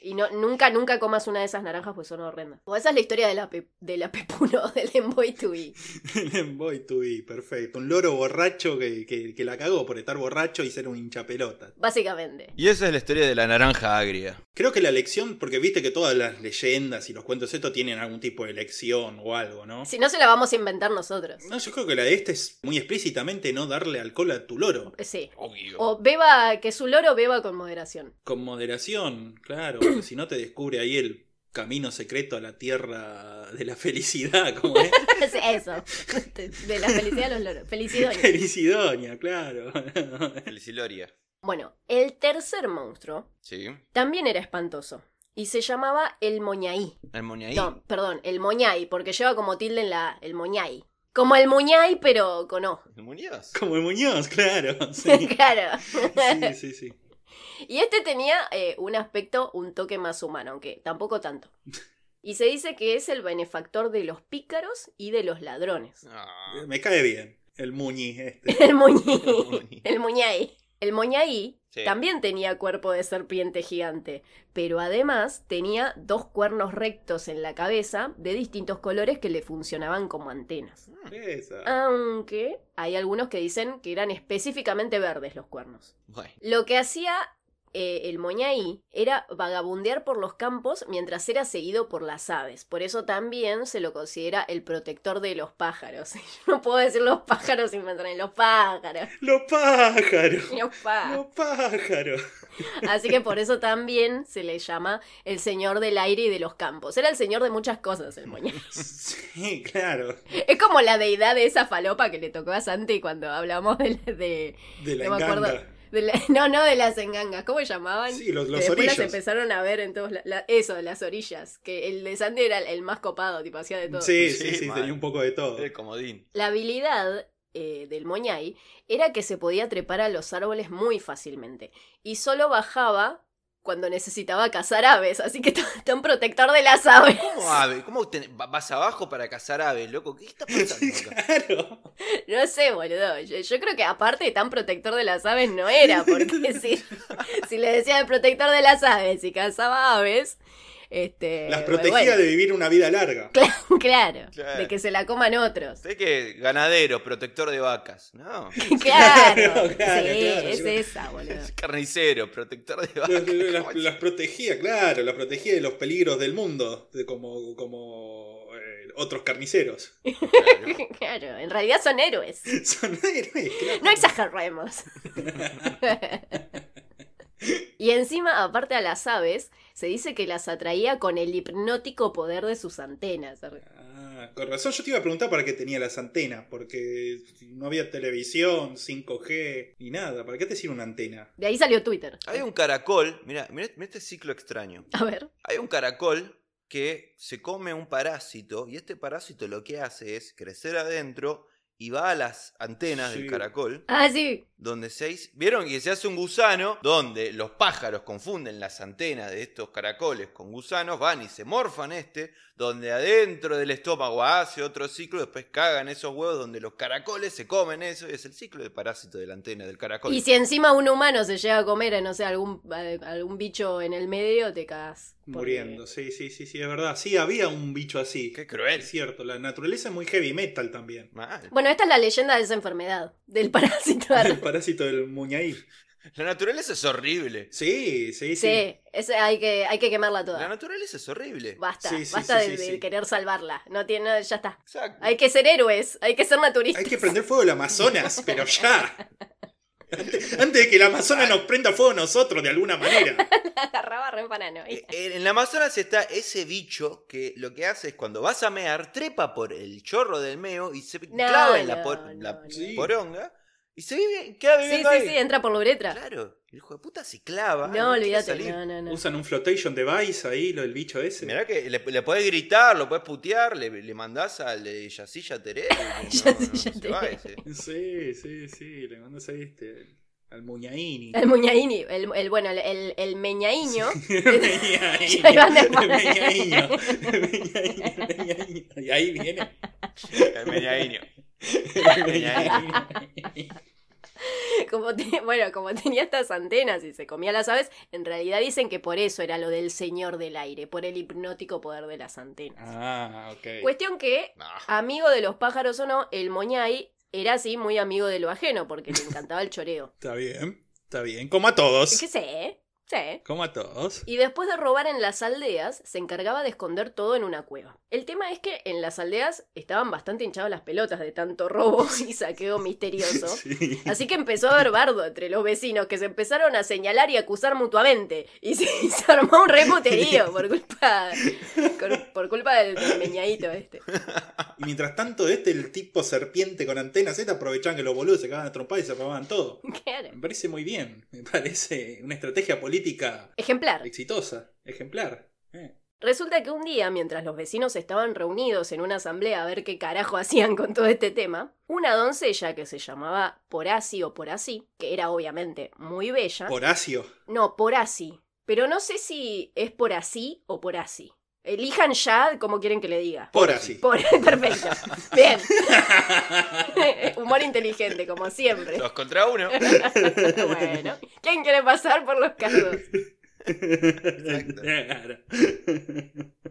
Speaker 2: Y no, nunca, nunca comas una de esas naranjas porque son horrendas. O esa es la historia de la, pe- de la Pepuno, del Emboy Tui.
Speaker 4: Voy to be, perfecto. Un loro borracho que, que- que la cagó por estar borracho y ser un hinchapelota.
Speaker 2: Básicamente.
Speaker 3: Y esa es la historia de la naranja agria.
Speaker 4: Creo que la lección, porque viste que todas las leyendas y los cuentos estos tienen algún tipo de lección o algo, ¿no?
Speaker 2: Si no, se la vamos a inventar nosotros.
Speaker 4: No, yo creo que la de este es muy explícitamente no darle alcohol a tu loro.
Speaker 2: Eh, Sí.
Speaker 3: Obvio.
Speaker 2: O beba, que su loro beba con moderación.
Speaker 4: Con moderación, claro, porque si no te descubre ahí el camino secreto a la tierra de la felicidad, como es.
Speaker 2: Es Eso. De la felicidad de los loros. Felicidad.
Speaker 4: Felicidonia, claro.
Speaker 3: Feliciloria.
Speaker 2: Bueno, el tercer monstruo
Speaker 3: Sí.
Speaker 2: también era espantoso. Y se llamaba el Moñaí.
Speaker 3: El moñaí.
Speaker 2: No, perdón, el moñay, porque lleva como tilde en la. el moñay. Como el muñay, pero con O.
Speaker 3: El muñeos.
Speaker 4: Como el Muñoz, claro. Sí,
Speaker 2: claro.
Speaker 4: sí, sí. sí.
Speaker 2: Y este tenía eh, un aspecto un toque más humano, aunque tampoco tanto. Y se dice que es el benefactor de los pícaros y de los ladrones.
Speaker 3: Ah,
Speaker 4: Me cae bien el Muñi este.
Speaker 2: El muñay. El muñay. El moñaí
Speaker 3: Sí.
Speaker 2: también tenía cuerpo de serpiente gigante, pero además tenía dos cuernos rectos en la cabeza de distintos colores que le funcionaban como antenas.
Speaker 3: Mm.
Speaker 4: Esa.
Speaker 2: Aunque hay algunos que dicen que eran específicamente verdes los cuernos.
Speaker 3: Bueno.
Speaker 2: Lo que hacía eh, el moñaí era vagabundear por los campos mientras era seguido por las aves. Por eso también se lo considera el protector de los pájaros. Yo no puedo decir los pájaros sin pensar en los pájaros.
Speaker 4: Los pájaros.
Speaker 2: Los pájaros.
Speaker 4: Los pájaros.
Speaker 2: Así que por eso también se le llama el señor del aire y de los campos. Era el señor de muchas cosas el moñaí.
Speaker 4: Sí, claro.
Speaker 2: Es como la deidad de esa falopa que le tocó a Santi cuando hablamos de... la- de-
Speaker 4: De la
Speaker 2: No me acuerdo.
Speaker 4: enganga.
Speaker 2: de la- no, no de las engangas. ¿Cómo llamaban?
Speaker 4: Sí, los,
Speaker 2: que
Speaker 4: los
Speaker 2: después las
Speaker 4: orillos.
Speaker 2: empezaron a ver en todos la- la- eso, de las orillas, que el de Sandy era el, el más copado, tipo hacía de todo.
Speaker 4: Sí,
Speaker 3: Sí,
Speaker 4: sí, sí,
Speaker 3: mal. Eh,
Speaker 4: tenía un poco de todo.
Speaker 3: El comodín.
Speaker 2: La habilidad eh, del Moñay era que se podía trepar a los árboles muy fácilmente y solo bajaba cuando necesitaba cazar aves, así que t- tan protector de las aves.
Speaker 3: ¿Cómo ave? ¿Cómo te- va- vas abajo para cazar aves, loco? ¿Qué está pasando acá?
Speaker 4: Claro.
Speaker 2: No sé, boludo. Yo, yo creo que aparte de tan protector de las aves no era, porque si, si le decía el protector de las aves y cazaba aves, este.
Speaker 4: Las
Speaker 2: bueno,
Speaker 4: protegía de vivir una vida larga.
Speaker 2: Claro,
Speaker 3: Claro.
Speaker 2: de que se la coman otros.
Speaker 3: Sé que ganadero, protector de vacas. No.
Speaker 2: Claro,
Speaker 4: Claro, claro,
Speaker 2: sí,
Speaker 4: claro,
Speaker 2: es
Speaker 4: yo-
Speaker 2: esa, boludo.
Speaker 3: Carnicero, protector de
Speaker 4: Los- los-
Speaker 3: vacas.
Speaker 4: Las,
Speaker 3: ¿Cómo
Speaker 4: las
Speaker 3: es?
Speaker 4: protegía, claro, las protegía de los peligros del mundo, de como, como eh, otros carniceros.
Speaker 3: Claro.
Speaker 2: Claro, en realidad son héroes.
Speaker 4: Son héroes, claro.
Speaker 2: No exageremos. Y encima, aparte a las aves, se dice que las atraía con el hipnótico poder de sus antenas.
Speaker 4: Ah, con razón, yo te iba a preguntar para qué tenía las antenas, porque no había televisión, 5G, ni nada. ¿Para qué te sirve una antena?
Speaker 2: De ahí salió Twitter.
Speaker 3: Hay un caracol. Mira, mira este ciclo extraño.
Speaker 2: A ver.
Speaker 3: Hay un caracol que se come un parásito y este parásito lo que hace es crecer adentro y va a las antenas del
Speaker 4: Sí.
Speaker 3: caracol
Speaker 2: Ah, sí.
Speaker 3: donde seis vieron que se hace un gusano donde los pájaros confunden las antenas de estos caracoles con gusanos van y se morfan este donde adentro del estómago hace otro ciclo después cagan esos huevos donde los caracoles se comen eso y es el ciclo de parásito de la antena del caracol
Speaker 2: Y si encima un humano se llega a comer, eh, no sé, algún, eh, algún bicho en el medio, te cagas. Porque-
Speaker 4: Muriendo, sí, sí, sí, sí, es verdad. Sí, había un bicho así.
Speaker 3: qué cruel
Speaker 4: Es cierto, la naturaleza es muy heavy metal también.
Speaker 3: Mal.
Speaker 2: Bueno, esta es la leyenda de esa enfermedad, del parásito.
Speaker 4: El parásito del muñaí.
Speaker 3: la naturaleza es horrible
Speaker 4: Sí, sí, sí.
Speaker 2: Sí, ese hay, que, hay que quemarla toda.
Speaker 3: la naturaleza es horrible
Speaker 2: Basta,
Speaker 4: Sí, sí,
Speaker 2: basta
Speaker 4: sí,
Speaker 2: de,
Speaker 4: sí,
Speaker 2: de
Speaker 4: sí.
Speaker 2: querer salvarla. No tiene, ya está.
Speaker 3: exacto
Speaker 2: Hay que ser héroes, hay que ser naturistas.
Speaker 4: Hay que prender fuego el Amazonas, pero ya. Antes, antes de que el Amazonas nos prenda fuego a nosotros de alguna manera.
Speaker 2: Agarraba re paranoia.
Speaker 3: Eh, eh, En la Amazonas está ese bicho que lo que hace es cuando vas a mear, trepa por el chorro del meo y se clava en la,
Speaker 2: no,
Speaker 3: por-
Speaker 2: no,
Speaker 3: la
Speaker 2: no.
Speaker 4: Sí.
Speaker 3: poronga y se vive, queda
Speaker 2: Sí,
Speaker 3: viviendo
Speaker 2: sí,
Speaker 3: ahí.
Speaker 2: sí, entra por la uretra.
Speaker 3: Claro, el hijo de puta se clava.
Speaker 2: No,
Speaker 3: quiere
Speaker 2: olvídate,
Speaker 3: salir.
Speaker 2: no, no, no.
Speaker 4: Usan un flotation device ahí, lo del bicho ese.
Speaker 3: Mirá que le, le podés gritar, lo podés putear, le, le mandás al de Yacilla Teré. y no,
Speaker 2: Yaciya
Speaker 3: no, no se
Speaker 2: Teré.
Speaker 3: va ese.
Speaker 4: Sí, sí, sí, le mandas ahí este. Al muñaini.
Speaker 2: El muñaini, el, el- bueno, el, el, el meñaiño.
Speaker 4: El meñaiño.
Speaker 2: Ya iban a
Speaker 4: El
Speaker 2: poner.
Speaker 4: meñaiño. El meñaiño, el meñaiño. Y ahí viene.
Speaker 3: El meñaiño.
Speaker 4: El
Speaker 3: meñaiño.
Speaker 2: Como te- bueno, como tenía estas antenas y se comía las aves, en realidad dicen que por eso era lo del señor del aire, por el hipnótico poder de las antenas.
Speaker 4: Ah, ok.
Speaker 2: Cuestión que,
Speaker 3: No.
Speaker 2: amigo de los pájaros o no, el moñai era así muy amigo de lo ajeno, porque le encantaba el choreo.
Speaker 4: Está bien, está bien. Como a
Speaker 2: Es
Speaker 4: todos.
Speaker 2: que sé, sé.
Speaker 4: Como a todos.
Speaker 2: Y después de robar en las aldeas, se encargaba de esconder todo en una cueva. El tema es que en las aldeas estaban bastante hinchadas las pelotas de tanto robo y saqueo misterioso.
Speaker 4: Sí.
Speaker 2: Así que empezó a haber bardo entre los vecinos que se empezaron a señalar y acusar mutuamente. Y se, y se armó un reputerío por culpa, por, por culpa del, del meñadito este.
Speaker 4: Y mientras tanto, este, el tipo serpiente con antenas, Z aprovechaban que los boludos se acababan de trompar y se acababan todo.
Speaker 2: Claro.
Speaker 4: Me parece muy bien. Me parece una estrategia política
Speaker 2: Ejemplar.
Speaker 4: exitosa, ejemplar. Eh.
Speaker 2: Resulta que un día, mientras los vecinos estaban reunidos en una asamblea a ver qué carajo hacían con todo este tema, una doncella que se llamaba Porasi o Porasí, que era obviamente muy bella.
Speaker 4: Horacio.
Speaker 2: No, Porasi. Pero no sé si es Porasí o Porasí. Elijan ya como quieren que le diga.
Speaker 4: Por así.
Speaker 2: Por, perfecto. Bien. Humor inteligente, como siempre.
Speaker 3: Dos contra uno.
Speaker 2: bueno. ¿Quién quiere pasar por los casos?
Speaker 3: Exacto.
Speaker 4: Claro.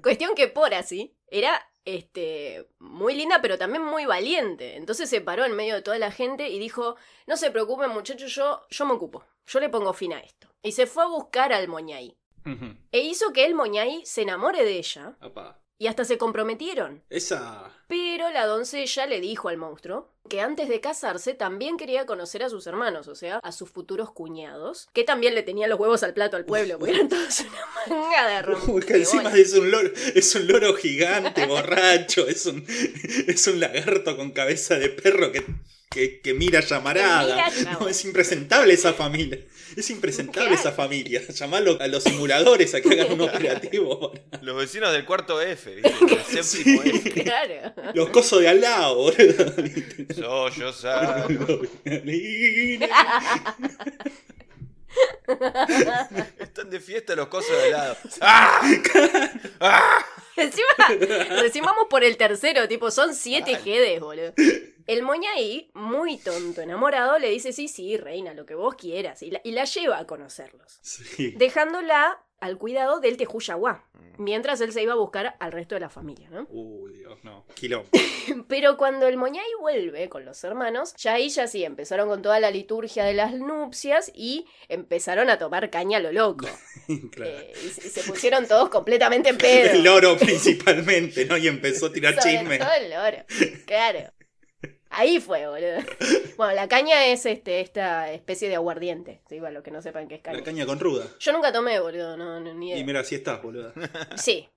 Speaker 2: Cuestión que por así era este muy linda, pero también muy valiente. Entonces se paró en medio de toda la gente y dijo: No se preocupen, muchachos, yo, yo me ocupo. Yo le pongo fin a esto. Y se fue a buscar al Moñay.
Speaker 4: Ujú.
Speaker 2: E hizo que el Moñay se enamore de ella.
Speaker 4: Apa.
Speaker 2: Y hasta se comprometieron.
Speaker 4: Esa.
Speaker 2: Pero la doncella le dijo al monstruo que antes de casarse también quería conocer a sus hermanos, o sea, a sus futuros cuñados, que también le tenían los huevos al plato al pueblo, porque eran todos una manga de
Speaker 4: Uy, que encima
Speaker 2: rompebolas.
Speaker 4: es un loro, es un loro gigante, borracho, es un, es un lagarto con cabeza de perro que, que, que mira llamarada.
Speaker 2: Que mira llamada.
Speaker 4: No, es impresentable esa familia. Es impresentable
Speaker 2: ¿Qué
Speaker 4: esa familia. Llamalo a los simuladores a que hagan un operativo.
Speaker 3: Los vecinos del cuarto F, ¿viste? Del séptimo F.
Speaker 2: Claro.
Speaker 4: Los cosos de al lado, boludo.
Speaker 3: Soy yo, Sam. Están de fiesta los cosos de lado. ¡Ah!
Speaker 2: Encima, recimamos por el tercero, tipo, son siete GDs, boludo. El moñaí, muy tonto, enamorado, le dice, sí, sí, reina, lo que vos quieras, y la, y la lleva a conocerlos,
Speaker 4: Sí.
Speaker 2: dejándola al cuidado del Tejuyaguá, mientras él se iba a buscar al resto de la familia, ¿no?
Speaker 4: Uy, Dios, no. Quilombo.
Speaker 2: Pero cuando el Moñay vuelve con los hermanos, ya ahí ya sí, empezaron con toda la liturgia de las nupcias y empezaron a tomar caña a lo loco.
Speaker 4: Claro.
Speaker 2: Eh, y, se y se pusieron todos completamente en pedo.
Speaker 4: El loro principalmente, ¿no? Y empezó a tirar
Speaker 2: Sobre
Speaker 4: chisme.
Speaker 2: todo el loro. Claro. Ahí fue, boludo. Bueno, la caña es este, esta especie de aguardiente, ¿sí? para los que no sepan qué es caña.
Speaker 4: La caña con ruda.
Speaker 2: Yo nunca tomé, boludo, no, no, ni idea.
Speaker 4: Y mira, así estás, boludo.
Speaker 2: Sí.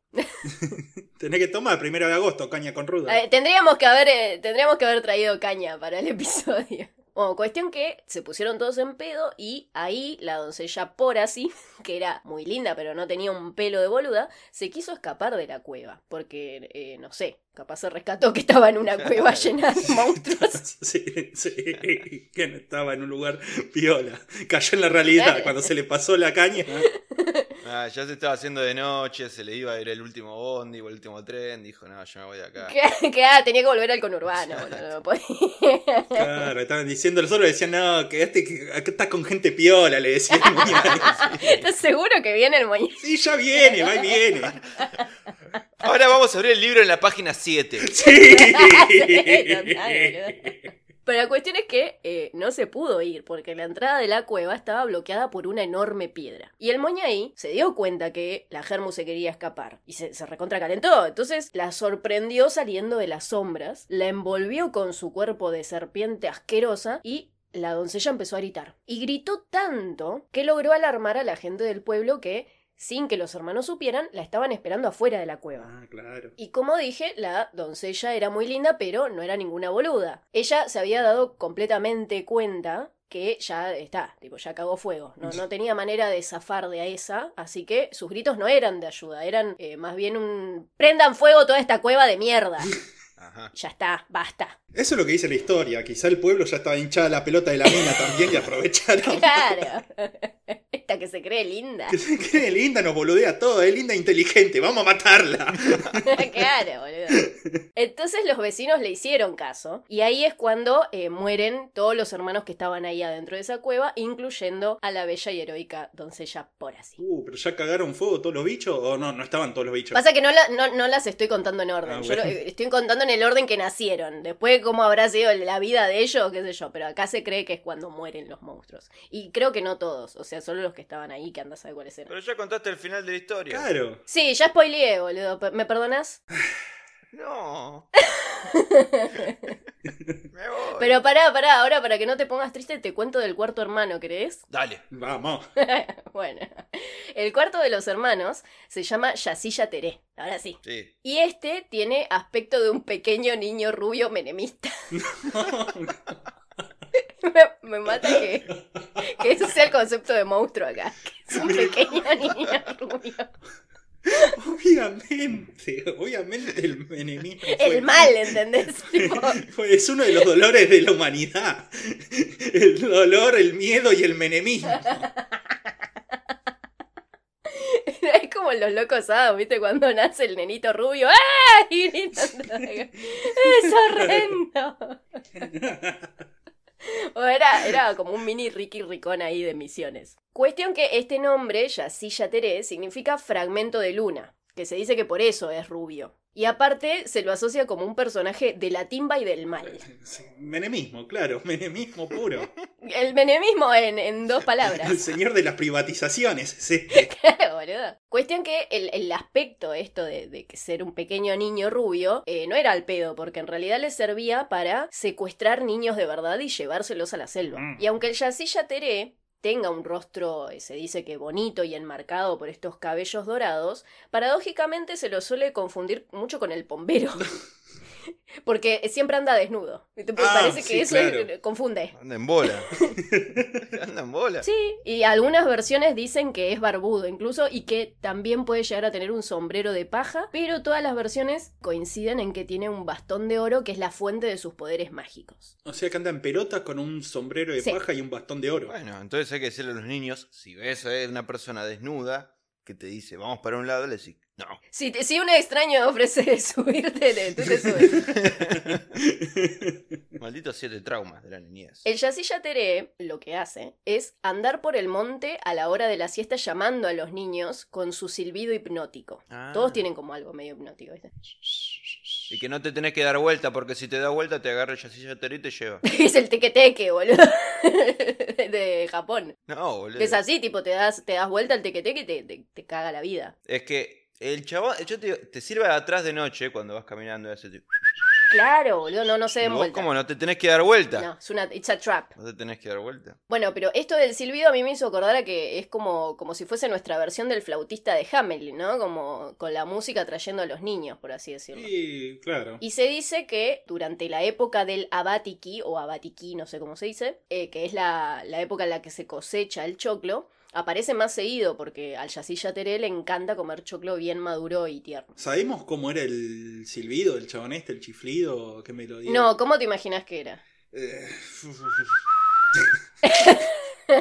Speaker 4: Tenés que tomar primero de agosto caña con ruda.
Speaker 2: A ver, tendríamos que haber, eh, tendríamos que haber traído caña para el episodio. Bueno, cuestión que se pusieron todos en pedo y ahí la doncella por así, que era muy linda pero no tenía un pelo de boluda, se quiso escapar de la cueva. Porque, eh, no sé, capaz se rescató que estaba en una cueva llena de monstruos.
Speaker 4: Sí, sí, que no estaba en un lugar piola. Cayó en la realidad
Speaker 2: Claro.
Speaker 4: cuando se le pasó la caña.
Speaker 3: Ah, ya se estaba haciendo de noche, se le iba a ir el último bondi o el último tren. Dijo, no, yo me voy de acá.
Speaker 2: Que, que, ah, tenía que volver al conurbano, boludo, no podía.
Speaker 4: Claro, estaban diciendo, los otros decían, no, quedaste que acá estás con gente piola, le decían.
Speaker 2: ¿Estás seguro que viene el moñito?
Speaker 4: Sí, ya viene, va y viene.
Speaker 3: Ahora vamos a abrir el libro en la página 7.
Speaker 4: Sí.
Speaker 2: Pero la cuestión es que eh, no se pudo ir porque la entrada de la cueva estaba bloqueada por una enorme piedra. Y el moñaí se dio cuenta que la Germu se quería escapar y se, se recontracalentó. Entonces la sorprendió saliendo de las sombras, la envolvió con su cuerpo de serpiente asquerosa y la doncella empezó a gritar. Y gritó tanto que logró alarmar a la gente del pueblo que, sin que los hermanos supieran, la estaban esperando afuera de la cueva.
Speaker 4: Ah, claro.
Speaker 2: Y como dije, la doncella era muy linda, pero no era ninguna boluda. Ella se había dado completamente cuenta que ya está, tipo, ya cagó fuego. No, no tenía manera de zafar de esa, así que sus gritos no eran de ayuda, eran eh, más bien un... Prendan fuego toda esta cueva de mierda.
Speaker 3: Ajá.
Speaker 2: Ya está, basta.
Speaker 4: Eso es lo que dice la historia. Quizá el pueblo ya estaba hinchada la pelota de la mina también y aprovecharon.
Speaker 2: Claro. Esta que se cree linda.
Speaker 4: Qué linda, nos boludea todo, es linda e inteligente, vamos a matarla.
Speaker 2: claro, boludo. Entonces los vecinos le hicieron caso. Y ahí es cuando eh, mueren todos los hermanos que estaban ahí adentro de esa cueva, incluyendo a la bella y heroica doncella por así.
Speaker 4: Uh, pero ya cagaron fuego todos los bichos o no, no estaban todos los bichos.
Speaker 2: Pasa que no, la- no, no las estoy contando en orden.
Speaker 4: Ah,
Speaker 2: Yo lo- eh,
Speaker 4: bueno.
Speaker 2: estoy contando en el orden que nacieron. Después, cómo habrá sido la vida de ellos, qué sé yo. Pero acá se cree que es cuando mueren los monstruos. Y creo que no todos. O sea, solo los que estaban ahí, que andas a saber cuáles eran.
Speaker 3: Pero ya contaste el final de la historia.
Speaker 4: Claro.
Speaker 2: Sí, ya spoileé, boludo. Pe- ¿Me perdonas?
Speaker 3: No. me voy.
Speaker 2: Pero pará, pará. Ahora, para que no te pongas triste, te cuento del cuarto hermano, ¿crees?
Speaker 3: Dale.
Speaker 4: Vamos.
Speaker 2: Bueno, el cuarto de los hermanos se llama Yasilla Teré, ahora sí.
Speaker 3: Sí.
Speaker 2: Y este tiene aspecto de un pequeño niño rubio menemista. me, me mata que, que ese sea el concepto de monstruo acá. Que es un pequeño niño rubio.
Speaker 4: Obviamente, obviamente el menemismo. fue-
Speaker 2: El mal, ¿entendés? Tipo,
Speaker 4: fue- es uno de los dolores de la humanidad. El dolor, el miedo y el menemismo.
Speaker 2: es como los locos hados, ¿viste? Cuando nace el nenito rubio. ¡Ah! Y gritando. ¡Es horrendo! O era, era como un mini Ricky Ricón ahí de misiones. Cuestión que este nombre, Yasilla Teré, significa fragmento de luna, que se dice que por eso es rubio. Y aparte se lo asocia como un personaje de la timba y del mal.
Speaker 4: Sí, Menemismo, claro, menemismo puro.
Speaker 2: El menemismo en, en dos palabras.
Speaker 4: El señor de las privatizaciones, es este.
Speaker 2: Claro, boludo. Cuestión que el, el aspecto esto de, de que ser un pequeño niño rubio eh, no era al pedo, porque en realidad le servía para secuestrar niños de verdad y llevárselos a la selva.
Speaker 4: Mm.
Speaker 2: Y aunque el Yasilla Teré tenga un rostro, eh, se dice que bonito y enmarcado por estos cabellos dorados, paradójicamente se lo suele confundir mucho con el bombero. Porque siempre anda desnudo. Te-
Speaker 4: Ah,
Speaker 2: Parece que
Speaker 4: sí,
Speaker 2: eso
Speaker 4: claro.
Speaker 2: eh, confunde.
Speaker 3: Anda en bola. Anda en bola.
Speaker 2: Sí, y algunas versiones dicen que es barbudo incluso y que también puede llegar a tener un sombrero de paja, pero todas las versiones coinciden en que tiene un bastón de oro que es la fuente de sus poderes mágicos.
Speaker 4: O sea que anda en pelotas con un sombrero de
Speaker 2: Sí.
Speaker 4: paja y un bastón de oro.
Speaker 3: Bueno, entonces hay que decirle a los niños, si ves a una persona desnuda que te dice, vamos para un lado, le decís, no.
Speaker 2: Si, te- si un extraño ofrece subirte, te- tú te subes.
Speaker 3: Malditos siete traumas de la niñez.
Speaker 2: El Yasilla Teré lo que hace es andar por el monte a la hora de la siesta llamando a los niños con su silbido hipnótico.
Speaker 3: Ah.
Speaker 2: Todos tienen como algo medio hipnótico, ¿viste?
Speaker 3: Y que no te tenés que dar vuelta, porque si te da vuelta te agarra el yacilla y te lleva.
Speaker 2: Es el tequeteque, boludo. de Japón.
Speaker 3: No, boludo.
Speaker 2: Que es así, tipo, te das, te das vuelta al tequeteque y te, te, te caga la vida.
Speaker 3: Es que el chabón, yo te, digo, te sirve atrás de noche cuando vas caminando y hace tipo,
Speaker 2: Claro, boludo, no, no se
Speaker 3: y
Speaker 2: den
Speaker 3: vos
Speaker 2: vuelta.
Speaker 3: como no te tenés que dar vuelta.
Speaker 2: No, es una, it's a trap.
Speaker 3: No te tenés que dar vuelta.
Speaker 2: Bueno, pero esto del silbido a mí me hizo acordar a que es como, como si fuese nuestra versión del flautista de Hamelin, ¿no? Como con la música trayendo a los niños, por así decirlo.
Speaker 4: Sí, claro.
Speaker 2: Y se dice que durante la época del abatiki, o abatiki, no sé cómo se dice, eh, que es la, la época en la que se cosecha el choclo, aparece más seguido porque al Yasilla Teré le encanta comer choclo bien maduro y tierno.
Speaker 4: ¿Sabemos cómo era el silbido del chabón este, el chiflido? ¿Qué melodía?
Speaker 2: No, ¿cómo te imaginas que era?
Speaker 4: Eh,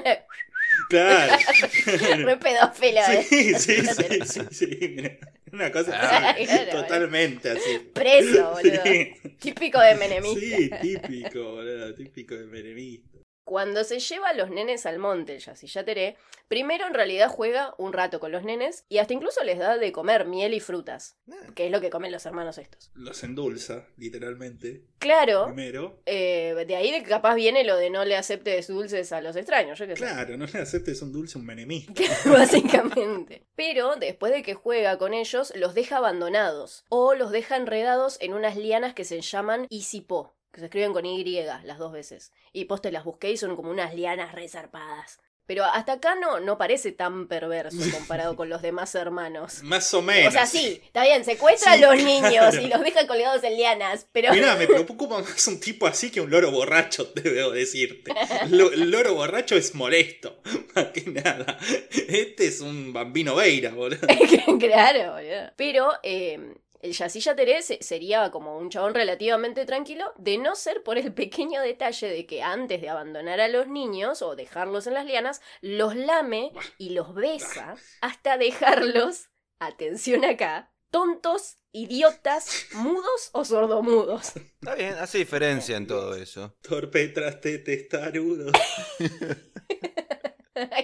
Speaker 4: claro.
Speaker 2: Re pedófila, ¿eh?
Speaker 4: Sí, sí, sí, sí, sí, mira. Una cosa
Speaker 3: Ah,
Speaker 4: así,
Speaker 2: claro,
Speaker 4: totalmente así.
Speaker 2: Preso, boludo. eh,
Speaker 4: Sí,
Speaker 2: Típico de menemista.
Speaker 4: sí, típico, boludo, típico de menemista.
Speaker 2: Cuando se lleva a los nenes al monte, el Yasilla Teré, primero en realidad juega un rato con los nenes y hasta incluso les da de comer miel y frutas,
Speaker 4: Ah.
Speaker 2: que es lo que comen los hermanos estos.
Speaker 4: Los endulza, literalmente,
Speaker 2: Claro,
Speaker 4: primero.
Speaker 2: Eh, de ahí de que capaz viene lo de no le aceptes dulces a los extraños, yo qué sé.
Speaker 4: Claro, no le aceptes un dulce a un menemista.
Speaker 2: Básicamente. Pero después de que juega con ellos, los deja abandonados o los deja enredados en unas lianas que se llaman Isipó, que se escriben con Y las dos veces. Y poste las busqué y son como unas lianas resarpadas. Pero hasta acá no, no parece tan perverso comparado con los demás hermanos.
Speaker 4: Más o menos.
Speaker 2: O sea, sí, está bien, secuestra
Speaker 4: Sí,
Speaker 2: a los niños
Speaker 4: claro.
Speaker 2: y los deja colgados en lianas, pero...
Speaker 4: Mirá, me preocupa más un tipo así que un loro borracho, te debo decirte. Lo- el loro borracho es molesto, más que nada. Este es un bambino veira, boludo.
Speaker 2: claro, boludo. Pero eh, el Yasilla Teré se- sería como un chabón relativamente tranquilo, de no ser por el pequeño detalle de que antes de abandonar a los niños o dejarlos en las lianas, los lame y los besa hasta dejarlos, atención acá, tontos, idiotas, mudos o sordomudos.
Speaker 3: Está bien, hace diferencia en todo eso.
Speaker 4: Torpe traste testarudo.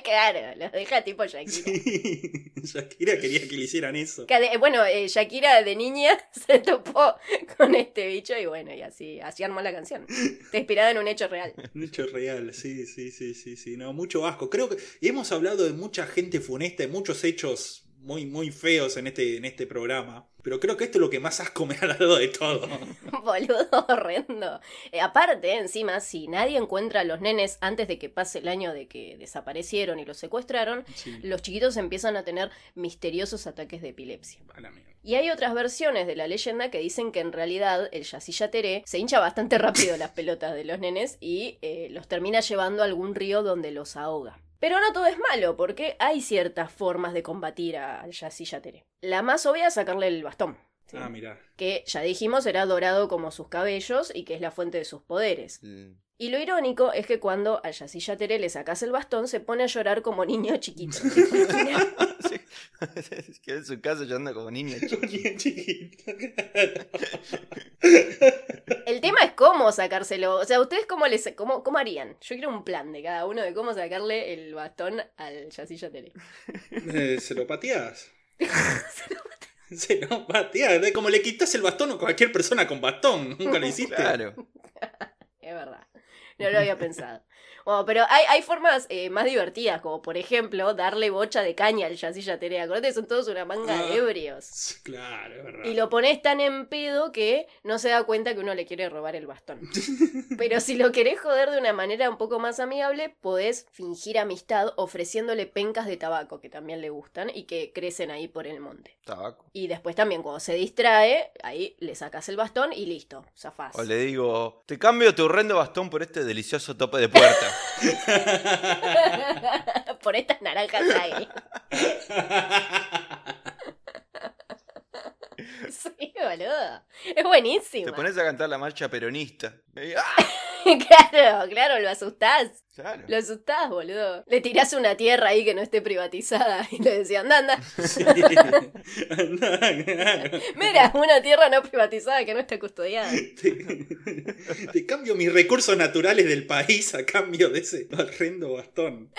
Speaker 2: claro, los deja tipo Shakira.
Speaker 4: Sí. Shakira quería que le hicieran eso.
Speaker 2: Que de- bueno, eh, Shakira de niña se topó con este bicho y bueno, y así, así armó la canción. Está inspirada en un hecho real.
Speaker 4: Un hecho real, sí, sí, sí, sí, sí. No, mucho asco. Creo que hemos hablado de mucha gente funesta, de muchos hechos muy, muy feos en este, en este programa. Pero creo que esto es lo que más asco me ha dado de todo.
Speaker 2: Boludo horrendo. Eh, aparte, encima, si nadie encuentra a los nenes antes de que pase el año de que desaparecieron y los secuestraron,
Speaker 4: Sí.
Speaker 2: los chiquitos empiezan a tener misteriosos ataques de epilepsia.
Speaker 4: A Ah, la mierda.
Speaker 2: Y hay otras versiones de la leyenda que dicen que en realidad el Yasilla Teré se hincha bastante rápido las pelotas de los nenes y eh, los termina llevando a algún río donde los ahoga. Pero no todo es malo, porque hay ciertas formas de combatir a- al Yasilla Teré. La más obvia es sacarle el bastón. ¿sí?
Speaker 4: Ah, mirá.
Speaker 2: que ya dijimos era dorado como sus cabellos y que es la fuente de sus poderes.
Speaker 3: Sí.
Speaker 2: Y lo irónico es que cuando a Yasilla Tere le sacas el bastón se pone a llorar como niño chiquito.
Speaker 3: Sí. en su casa llorando como niña. chica.
Speaker 4: Ponía chiquito, claro.
Speaker 2: El tema es cómo sacárselo. O sea, ¿ustedes cómo, les, cómo, cómo harían? Yo quiero un plan de cada uno de cómo sacarle el bastón al Yacilla Tele.
Speaker 4: Eh, Se lo pateás. Se lo pateás. Es Como le quitas el bastón a cualquier persona con bastón. Nunca lo hiciste.
Speaker 3: Claro.
Speaker 2: Es verdad. No lo había pensado. Bueno, pero hay, hay formas eh, más divertidas, como por ejemplo darle bocha de caña al Yacilla Tele. Acordate, son todos una manga
Speaker 4: Ah.
Speaker 2: de ebrios.
Speaker 4: Claro, es verdad.
Speaker 2: Y lo pones tan en pedo que no se da cuenta que uno le quiere robar el bastón. Pero si lo querés joder de una manera un poco más amigable, podés fingir amistad ofreciéndole pencas de tabaco que también le gustan y que crecen ahí por el monte.
Speaker 3: Tabaco.
Speaker 2: Y después también cuando se distrae, ahí le sacas el bastón y listo, zafás.
Speaker 3: O le digo, te cambio tu horrendo bastón por este delicioso tope de puerta.
Speaker 2: por estas naranjas ahí. Sí, boludo. Es buenísimo.
Speaker 3: Te pones a cantar la marcha peronista. Y, ¡ah!
Speaker 2: claro, claro, lo asustás.
Speaker 3: Claro.
Speaker 2: Lo asustás, boludo. Le tirás una tierra ahí que no esté privatizada y le decían, anda, anda.
Speaker 4: Sí. Andá, claro.
Speaker 2: Mira, una tierra no privatizada que no está custodiada.
Speaker 4: Te, te cambio mis recursos naturales del país a cambio de ese horrendo bastón.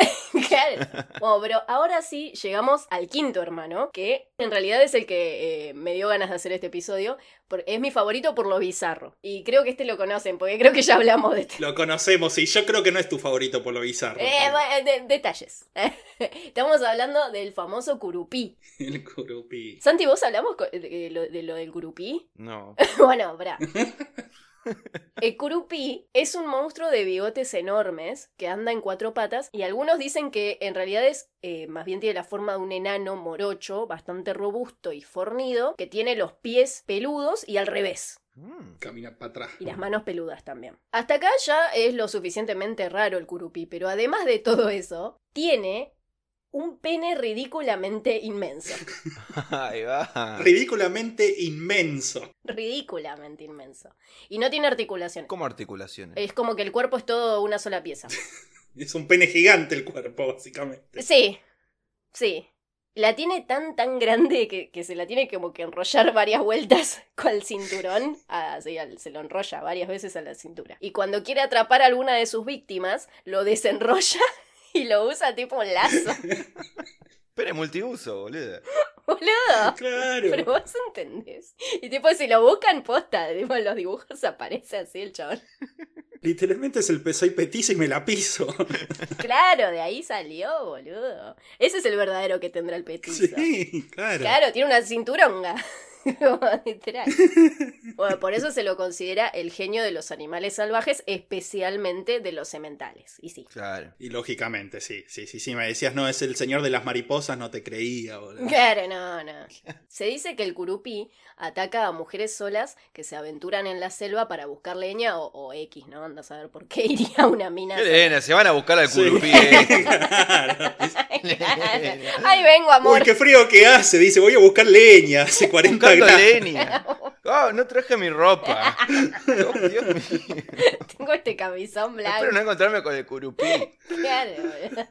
Speaker 2: Claro. Bueno, pero ahora sí llegamos al quinto hermano, que en realidad es el que eh, me dio ganas de hacer este episodio. por- es mi favorito por lo bizarro. Y creo que este lo conocen, porque creo que ya hablamos de este.
Speaker 4: Lo conocemos y yo creo que no es tu favorito por lo bizarro.
Speaker 2: Eh, bueno, de- detalles. Estamos hablando del famoso curupí.
Speaker 4: El curupí.
Speaker 2: Santi, ¿vos hablamos co- de- de lo- de lo del curupí?
Speaker 3: No.
Speaker 2: Bueno, bra. El curupí es un monstruo de bigotes enormes que anda en cuatro patas y algunos dicen que en realidad es eh, más bien tiene la forma de un enano morocho, bastante robusto y fornido, que tiene los pies peludos y al revés.
Speaker 3: Mm.
Speaker 4: Camina para atrás.
Speaker 2: Y las manos peludas también. Hasta acá ya es lo suficientemente raro el curupí, pero además de todo eso, tiene un pene ridículamente inmenso.
Speaker 3: Ahí va.
Speaker 4: Ridículamente inmenso.
Speaker 2: Ridículamente inmenso. Y no tiene articulaciones.
Speaker 3: Como articulaciones.
Speaker 2: Es como que el cuerpo es todo una sola pieza.
Speaker 4: Es un pene gigante el cuerpo, básicamente.
Speaker 2: Sí, sí. La tiene tan, tan grande que, que se la tiene como que enrollar varias vueltas con el cinturón. Ah, sí, al- se lo enrolla varias veces a la cintura. Y cuando quiere atrapar a alguna de sus víctimas, lo desenrolla y lo usa tipo un lazo.
Speaker 3: Pero es multiuso, boludo.
Speaker 2: Boludo.
Speaker 4: Claro.
Speaker 2: Pero vos entendés. Y tipo, si lo buscan posta, tipo, en los dibujos aparece así el chabón.
Speaker 4: Literalmente es el pe- soy petizo y me la piso.
Speaker 2: Claro, de ahí salió, boludo. Ese es el verdadero que tendrá el petizo.
Speaker 4: Sí, claro.
Speaker 2: Claro, tiene una cinturonga. Literal. Bueno, por eso se lo considera el genio de los animales salvajes, especialmente de los sementales. Y sí.
Speaker 3: Claro.
Speaker 4: Y lógicamente, sí, sí, sí, sí. Me decías, no, es el señor de las mariposas, no te creía, boludo.
Speaker 2: Claro, no, no. Se dice que el curupí ataca a mujeres solas que se aventuran en la selva para buscar leña o, o X, ¿no? Anda a saber por qué iría una mina.
Speaker 3: Qué nena, se van a buscar al
Speaker 4: Sí.
Speaker 3: curupí. eh.
Speaker 4: Claro.
Speaker 2: Ahí vengo, amor.
Speaker 4: Uy, qué frío que hace. Dice, voy a buscar leña. Hace 40
Speaker 3: Buscando
Speaker 4: grados.
Speaker 3: leña. Oh, no traje mi ropa. Oh, Dios mío.
Speaker 2: Tengo este camisón blanco.
Speaker 3: Espero no encontrarme con el curupí.
Speaker 2: Claro, boludo.